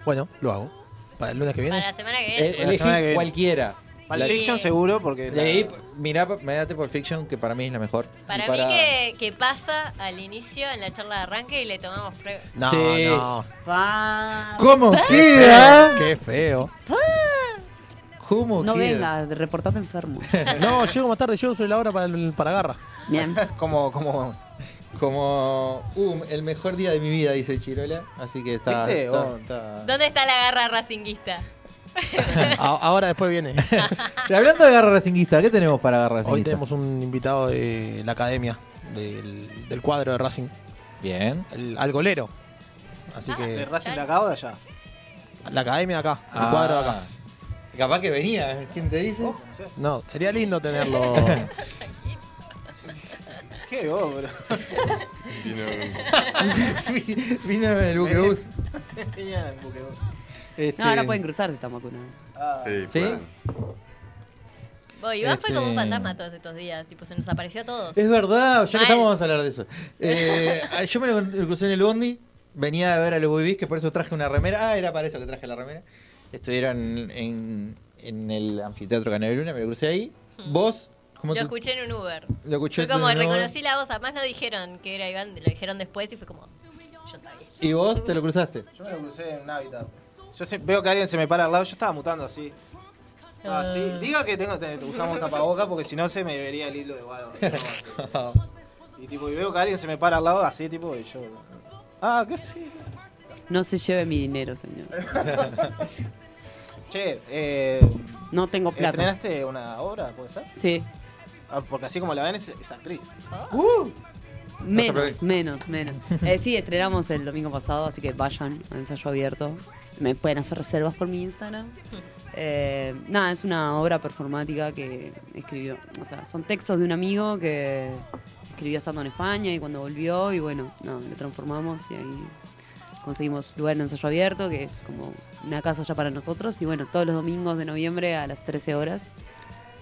[SPEAKER 8] Bueno, lo hago. Para el lunes que viene.
[SPEAKER 6] Para la semana que viene.
[SPEAKER 7] Eh,
[SPEAKER 3] Para la
[SPEAKER 7] elegí
[SPEAKER 3] semana que viene.
[SPEAKER 7] cualquiera.
[SPEAKER 3] Pulp
[SPEAKER 7] La-
[SPEAKER 3] Fiction seguro, porque.
[SPEAKER 7] De ahí, mirá, mirate por Fiction, que para mí es la mejor.
[SPEAKER 6] Para,
[SPEAKER 7] Y
[SPEAKER 6] mí que, que pasa al inicio en la charla de arranque y le tomamos prueba.
[SPEAKER 8] No,
[SPEAKER 7] Sí.
[SPEAKER 8] no.
[SPEAKER 18] Pa-
[SPEAKER 8] ¿Cómo
[SPEAKER 18] pa-
[SPEAKER 8] queda? Qué feo.
[SPEAKER 7] ¿Cómo
[SPEAKER 18] No
[SPEAKER 7] queda?
[SPEAKER 18] venga, reportate enfermo.
[SPEAKER 8] No, llego más tarde, llego sobre la hora para, el- para garra.
[SPEAKER 18] Bien.
[SPEAKER 3] Como, como.
[SPEAKER 7] Como, um, el mejor día de mi vida, dice Chirola. Así que está.
[SPEAKER 3] ¿Viste?
[SPEAKER 7] está-
[SPEAKER 3] Oh.
[SPEAKER 7] está-
[SPEAKER 6] ¿Dónde está la garra racinguista?
[SPEAKER 8] A- Ahora después viene.
[SPEAKER 7] Y Hablando de Garra Racinguista, ¿qué tenemos para Garra Racinguista?
[SPEAKER 8] Hoy tenemos un invitado de la academia, del, del cuadro de Racing,
[SPEAKER 7] Bien.
[SPEAKER 8] el, al golero. Así
[SPEAKER 3] ¿De
[SPEAKER 8] que
[SPEAKER 3] Racing de acá o de allá?
[SPEAKER 7] Ah.
[SPEAKER 8] la academia acá, el cuadro acá.
[SPEAKER 7] Capaz que venía, eh. ¿quién te dice?
[SPEAKER 3] Oh, no sé.
[SPEAKER 8] No, sería lindo tenerlo.
[SPEAKER 3] ¿Qué vos, bro?
[SPEAKER 7] Vino en el buquebús.
[SPEAKER 3] Venía en buquebús. Este,
[SPEAKER 18] No, ahora pueden cruzar si estamos vacunados.
[SPEAKER 3] Ah,
[SPEAKER 7] ¿Sí?
[SPEAKER 6] Voy, Iván fue como un
[SPEAKER 7] Este-
[SPEAKER 6] fantasma todos estos días. Tipo, se nos apareció a todos.
[SPEAKER 7] Es verdad, ya que
[SPEAKER 6] Mal.
[SPEAKER 7] estamos vamos a hablar de eso. Eh, yo me lo crucé en el bondi, venía a ver a los Bubis, que por eso traje una remera. Ah, era para eso que traje la remera. Estuvieron en, en el anfiteatro Caneluna, me lo crucé ahí. Vos, ¿cómo
[SPEAKER 6] Mm. Lo
[SPEAKER 7] te-
[SPEAKER 6] escuché en un Uber.
[SPEAKER 7] lo escuché
[SPEAKER 6] Fue como
[SPEAKER 7] en el Uber?
[SPEAKER 6] reconocí la voz. Además, no dijeron que era Iván, lo dijeron después y fue como. Yo sabía.
[SPEAKER 7] ¿Y vos te lo cruzaste?
[SPEAKER 3] Yo me lo crucé en un hábitat. Yo se- veo que alguien se me para al lado, yo estaba mutando así. Estaba
[SPEAKER 18] Ah,
[SPEAKER 3] así. Diga Ah. que tengo que usamos tapabocas porque si no se me vería el hilo de guardo. Y tipo, y veo que alguien se me para al lado así, tipo, y yo. Ah, ¿qué sí?
[SPEAKER 18] No se lleve mi dinero, señor.
[SPEAKER 3] Che, eh,
[SPEAKER 18] No tengo plata.
[SPEAKER 3] ¿estrenaste una obra, puede ser?
[SPEAKER 18] Sí. Ah.
[SPEAKER 3] Ah, porque así como la ven es, es actriz. Uh.
[SPEAKER 18] Menos, menos, menos. Eh, sí, estrenamos el domingo pasado, así que vayan a ensayo abierto. Me pueden hacer reservas por mi Instagram. Eh, nada, es una obra performática que escribió. O sea, son textos de un amigo que escribió estando en España y cuando volvió, y bueno, no, lo transformamos y ahí conseguimos lugar en ensayo abierto, que es como una casa ya para nosotros. Y bueno, todos los domingos de noviembre a las 13 horas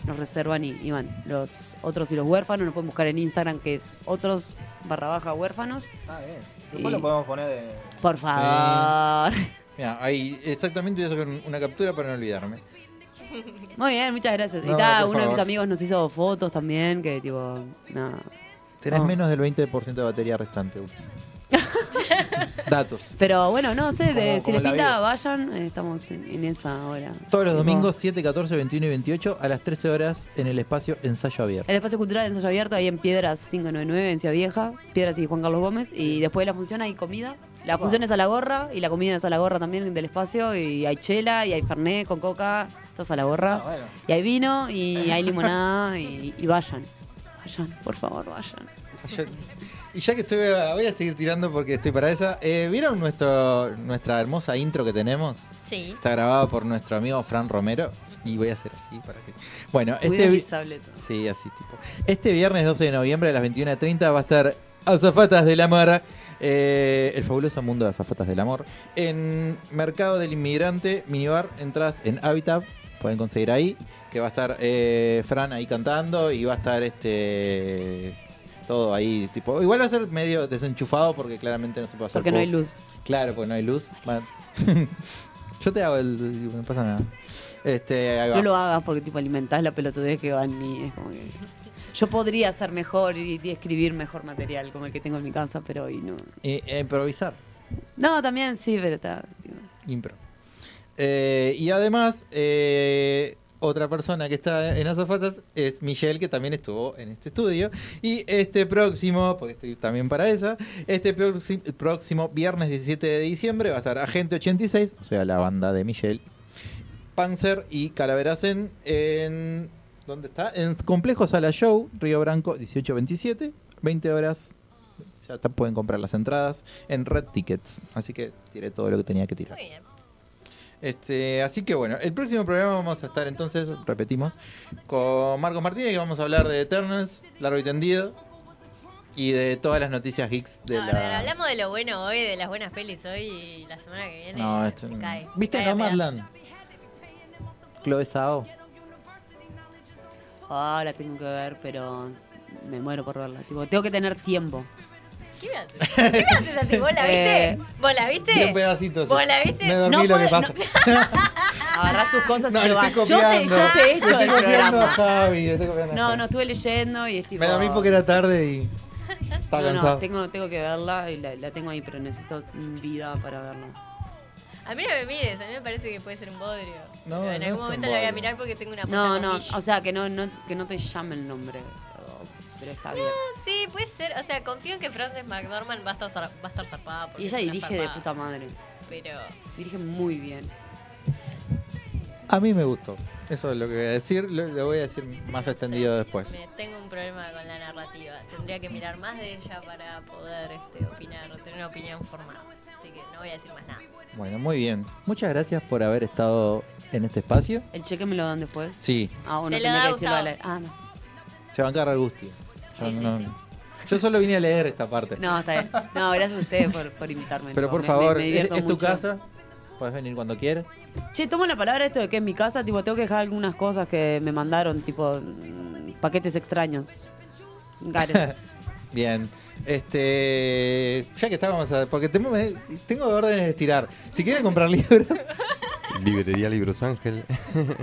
[SPEAKER 18] nos reservan y, y van. Los otros y los huérfanos nos pueden buscar en Instagram, que es otros barra baja huérfanos.
[SPEAKER 3] Ah, bien.
[SPEAKER 18] Y-
[SPEAKER 3] Después lo podemos poner de.
[SPEAKER 18] Por favor.
[SPEAKER 7] Mira, ahí exactamente eso con una captura para no olvidarme.
[SPEAKER 6] Oh.
[SPEAKER 18] Muy bien, muchas gracias. y
[SPEAKER 7] No,
[SPEAKER 18] ta,
[SPEAKER 7] por
[SPEAKER 18] uno de mis
[SPEAKER 7] favor.
[SPEAKER 18] amigos nos hizo fotos también, que tipo, nada.
[SPEAKER 7] Tenés
[SPEAKER 18] Oh.
[SPEAKER 7] menos del 20% de batería restante. Gus. Datos.
[SPEAKER 18] Pero bueno, no sé, de-
[SPEAKER 7] Como-
[SPEAKER 18] si
[SPEAKER 7] como
[SPEAKER 18] les
[SPEAKER 7] la
[SPEAKER 18] pinta,
[SPEAKER 7] vida.
[SPEAKER 18] vayan, eh, estamos en, en esa hora.
[SPEAKER 7] Todos los
[SPEAKER 18] Tipo,
[SPEAKER 7] domingos, 7, 14, 21 y 28, a las 13 horas, en el espacio Ensayo Abierto.
[SPEAKER 18] El espacio cultural de ensayo abierto, ahí en Piedras 599, en Ciudad Vieja, Piedras y Juan Carlos Gómez. Y después de la función hay comida. La función es a la gorra y la comida es a la gorra también del espacio. Y hay chela y hay fernet con coca, todo es a la gorra.
[SPEAKER 7] Ah,
[SPEAKER 18] Y hay vino y hay limonada y, y vayan. Vayan, por favor, vayan.
[SPEAKER 7] Yo- y ya que estoy, voy a seguir tirando porque estoy para esa. Eh, ¿Vieron nuestro, nuestra hermosa intro que tenemos?
[SPEAKER 6] Sí.
[SPEAKER 7] Está grabada por nuestro amigo Fran Romero. Y voy a hacer así para que. Bueno,
[SPEAKER 18] Cuiden
[SPEAKER 7] este. vi-
[SPEAKER 18] mi sableto.
[SPEAKER 7] Sí, así tipo. Este viernes 12 de noviembre a las 21.30 va a estar Azafatas del Amor. eh, el fabuloso mundo de Azafatas del Amor. En Mercado del Inmigrante, minibar, entras en Habitat. Pueden conseguir ahí. Que va a estar eh, Fran ahí cantando. Y va a estar este. Todo ahí, tipo. Igual va a ser medio desenchufado porque claramente no se puede hacer.
[SPEAKER 18] Porque no
[SPEAKER 7] pub.
[SPEAKER 18] hay luz.
[SPEAKER 7] Claro, porque no hay luz. Va- Yo te hago el. No pasa nada. Este, ahí va.
[SPEAKER 18] No lo hagas porque tipo alimentás la pelotudez que van y es como que. Yo podría hacer mejor y, y escribir mejor material como el que tengo en mi casa, pero hoy no.
[SPEAKER 7] Eh, eh, improvisar.
[SPEAKER 18] No, también sí, pero está. tipo,
[SPEAKER 7] Impro. Eh, y además, eh, otra persona que está en Azafatas es Michelle, que también estuvo en este estudio. Y este próximo, porque estoy también para esa, este proxi- próximo viernes 17 de diciembre va a estar Agente 86, o sea, la banda de Michelle, Panzer y Calaveracen en... ¿Dónde está? En Complejo Sala Show, Río Branco, 1827, 20 horas. Ya está- pueden comprar las entradas en Red Tickets. Así que tiré todo lo que tenía que tirar. Este, así que bueno, el próximo programa vamos a estar entonces, repetimos, con Marcos Martínez, que vamos a hablar de Eternals, largo y tendido, y de todas las noticias geeks de
[SPEAKER 6] A ver,
[SPEAKER 7] la...
[SPEAKER 6] hablamos de lo bueno hoy, de las buenas pelis hoy y la semana que viene.
[SPEAKER 7] No, esto
[SPEAKER 6] se
[SPEAKER 7] no.
[SPEAKER 6] cae.
[SPEAKER 7] ¿Viste
[SPEAKER 6] Cae a
[SPEAKER 7] Nomadland? Chloe Zhao.
[SPEAKER 18] Ah, la tengo que ver, pero me muero por verla. Tipo, tengo que tener tiempo.
[SPEAKER 6] pedazos. ¿Qué me haces? ¿Qué me haces así? ¿Vos la viste?
[SPEAKER 18] Eh,
[SPEAKER 6] ¿Vos la viste?
[SPEAKER 7] Bien pedacitos.
[SPEAKER 6] ¿Vos la viste?
[SPEAKER 7] Me dormí
[SPEAKER 6] No
[SPEAKER 7] lo que
[SPEAKER 6] puede-
[SPEAKER 7] pasa.
[SPEAKER 18] Agarrás tus cosas
[SPEAKER 7] No,
[SPEAKER 18] y
[SPEAKER 7] le
[SPEAKER 18] te
[SPEAKER 7] estoy
[SPEAKER 18] vas. Yo te,
[SPEAKER 7] copiando.
[SPEAKER 18] yo te he
[SPEAKER 7] Le
[SPEAKER 18] hecho
[SPEAKER 7] estoy
[SPEAKER 18] el
[SPEAKER 7] copiando a
[SPEAKER 18] programa.
[SPEAKER 7] Javi, le estoy copiando a
[SPEAKER 18] No,
[SPEAKER 7] Javi.
[SPEAKER 18] no, estuve leyendo y es tipo.
[SPEAKER 7] Me dormí porque era tarde y... Estaba
[SPEAKER 18] No,
[SPEAKER 7] cansado.
[SPEAKER 18] no, tengo, tengo que verla y la, la tengo ahí, pero necesito vida para verla.
[SPEAKER 6] A mí no me mires, a mí me parece que puede ser un bodrio.
[SPEAKER 18] No,
[SPEAKER 6] Pero en
[SPEAKER 18] no es un
[SPEAKER 6] algún momento la voy a
[SPEAKER 18] bodrio.
[SPEAKER 6] mirar porque tengo una
[SPEAKER 18] No,
[SPEAKER 6] puta
[SPEAKER 18] no,
[SPEAKER 6] bombilla.
[SPEAKER 18] o sea, que no, no, que no te llame el nombre. pero- Pero está bien.
[SPEAKER 6] No, Ah, sí, puede ser. O sea, confío en que Frances McDormand va a estar, zar- va a estar zarpada. porque
[SPEAKER 18] Y ella
[SPEAKER 6] es una
[SPEAKER 18] dirige de
[SPEAKER 6] zarpada.
[SPEAKER 18] puta madre.
[SPEAKER 6] Pero.
[SPEAKER 18] Dirige muy bien.
[SPEAKER 7] A mí me gustó. Eso es lo que voy a decir. Lo, lo voy a decir más extendido después.
[SPEAKER 6] me- tengo un problema con la narrativa. Tendría que mirar más de ella para poder este, opinar, tener una opinión formada. Así que no voy a decir más nada.
[SPEAKER 7] Bueno, muy bien. Muchas gracias por haber estado en este espacio.
[SPEAKER 18] ¿El cheque me lo dan después?
[SPEAKER 7] Sí.
[SPEAKER 18] Ah, bueno,
[SPEAKER 6] Te lo
[SPEAKER 18] tenía
[SPEAKER 6] da
[SPEAKER 18] que decirlo a la...
[SPEAKER 6] Gustavo.
[SPEAKER 18] Ah, no.
[SPEAKER 7] Se va a encargar Gusti. Yo, no- yo solo vine a leer esta parte.
[SPEAKER 18] No, está bien. No, gracias a ustedes por, por invitarme.
[SPEAKER 7] Pero
[SPEAKER 18] Tipo,
[SPEAKER 7] por
[SPEAKER 18] me-
[SPEAKER 7] favor,
[SPEAKER 18] me- me
[SPEAKER 7] es,
[SPEAKER 18] divierto
[SPEAKER 7] es tu
[SPEAKER 18] mucho.
[SPEAKER 7] casa. Puedes venir cuando quieras.
[SPEAKER 18] Che, tomo la palabra esto de que es mi casa, tipo, tengo que dejar algunas cosas que me mandaron, tipo, mm, paquetes extraños. Gares.
[SPEAKER 7] Bien. Este, ya que estábamos, a- porque tengo, eh, tengo órdenes de estirar. Si quieren comprar libros,
[SPEAKER 5] Librería Libros Ángel.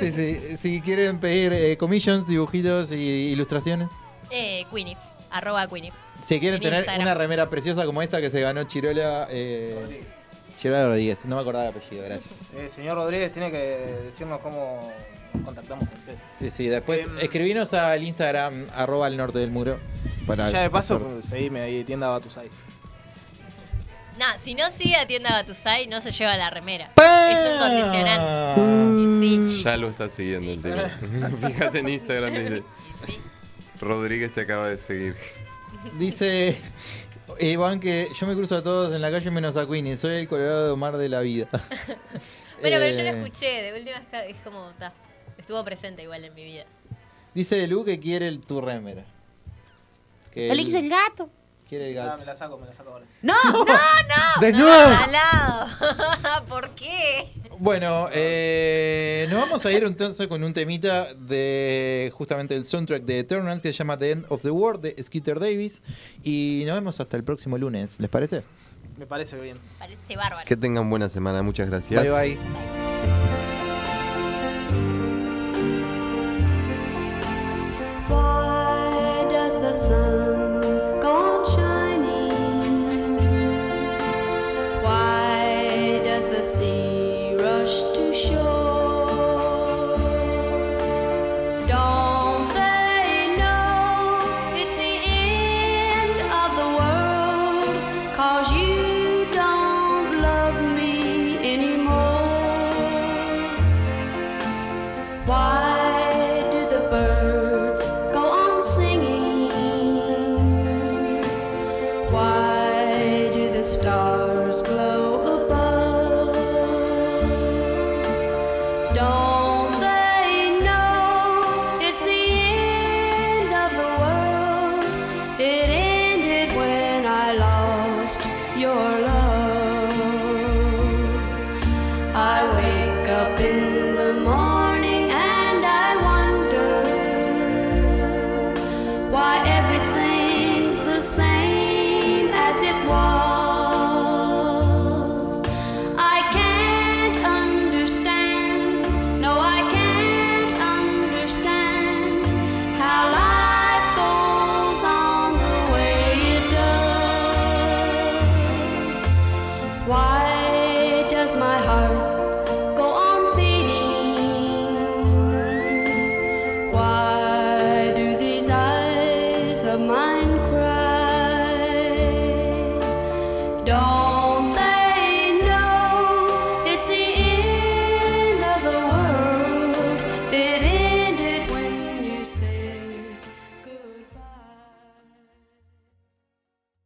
[SPEAKER 7] sí, sí, si quieren pedir eh, commissions, dibujitos y ilustraciones.
[SPEAKER 6] Eh, Queenie. Arroba Queenie.
[SPEAKER 7] Si quieren
[SPEAKER 6] En
[SPEAKER 7] tener
[SPEAKER 6] Instagram.
[SPEAKER 7] una remera preciosa como esta que se ganó Chirola eh, Chirola Rodríguez, no me acordaba el apellido, gracias.
[SPEAKER 3] Eh, señor Rodríguez tiene que decirnos cómo nos contactamos con usted.
[SPEAKER 7] Sí, sí, después
[SPEAKER 3] Em,
[SPEAKER 7] escribinos al Instagram arroba al norte del muro. Para
[SPEAKER 3] ya de paso, pues, seguime ahí, tienda Batusai.
[SPEAKER 6] No, si no sigue a tienda Batusai, no se lleva la remera.
[SPEAKER 7] ¡Pam!
[SPEAKER 6] Es un condicionante.
[SPEAKER 7] Ah.
[SPEAKER 5] Ya lo está siguiendo el tema. Fíjate en Instagram. Dice, Rodríguez te acaba de seguir.
[SPEAKER 7] Dice eh, Iván que yo me cruzo a todos en la calle menos a Queenie, soy el colorado de Omar de la vida.
[SPEAKER 6] Bueno, pero yo
[SPEAKER 7] Eh,
[SPEAKER 6] la escuché. De última es ca- es como. ta, estuvo presente igual en mi vida.
[SPEAKER 7] Dice Lu que quiere el, tu remera. Que
[SPEAKER 6] Félix
[SPEAKER 7] el
[SPEAKER 6] gato.
[SPEAKER 7] quiere el
[SPEAKER 3] Ah,
[SPEAKER 7] gato.
[SPEAKER 3] me la saco, me la saco ahora.
[SPEAKER 18] ¡No!
[SPEAKER 6] ¡No, no!
[SPEAKER 7] ¡De nuevo!
[SPEAKER 6] ¡Salado! ¿Por qué?
[SPEAKER 7] Bueno, eh, nos vamos a ir entonces con un temita de justamente el soundtrack de Eternal que se llama The End of the World de Skeeter Davis y nos vemos hasta el próximo lunes, ¿les parece?
[SPEAKER 3] Me parece bien.
[SPEAKER 6] Parece bárbaro.
[SPEAKER 5] Que tengan buena semana. Muchas gracias.
[SPEAKER 7] Bye bye.
[SPEAKER 6] Bye.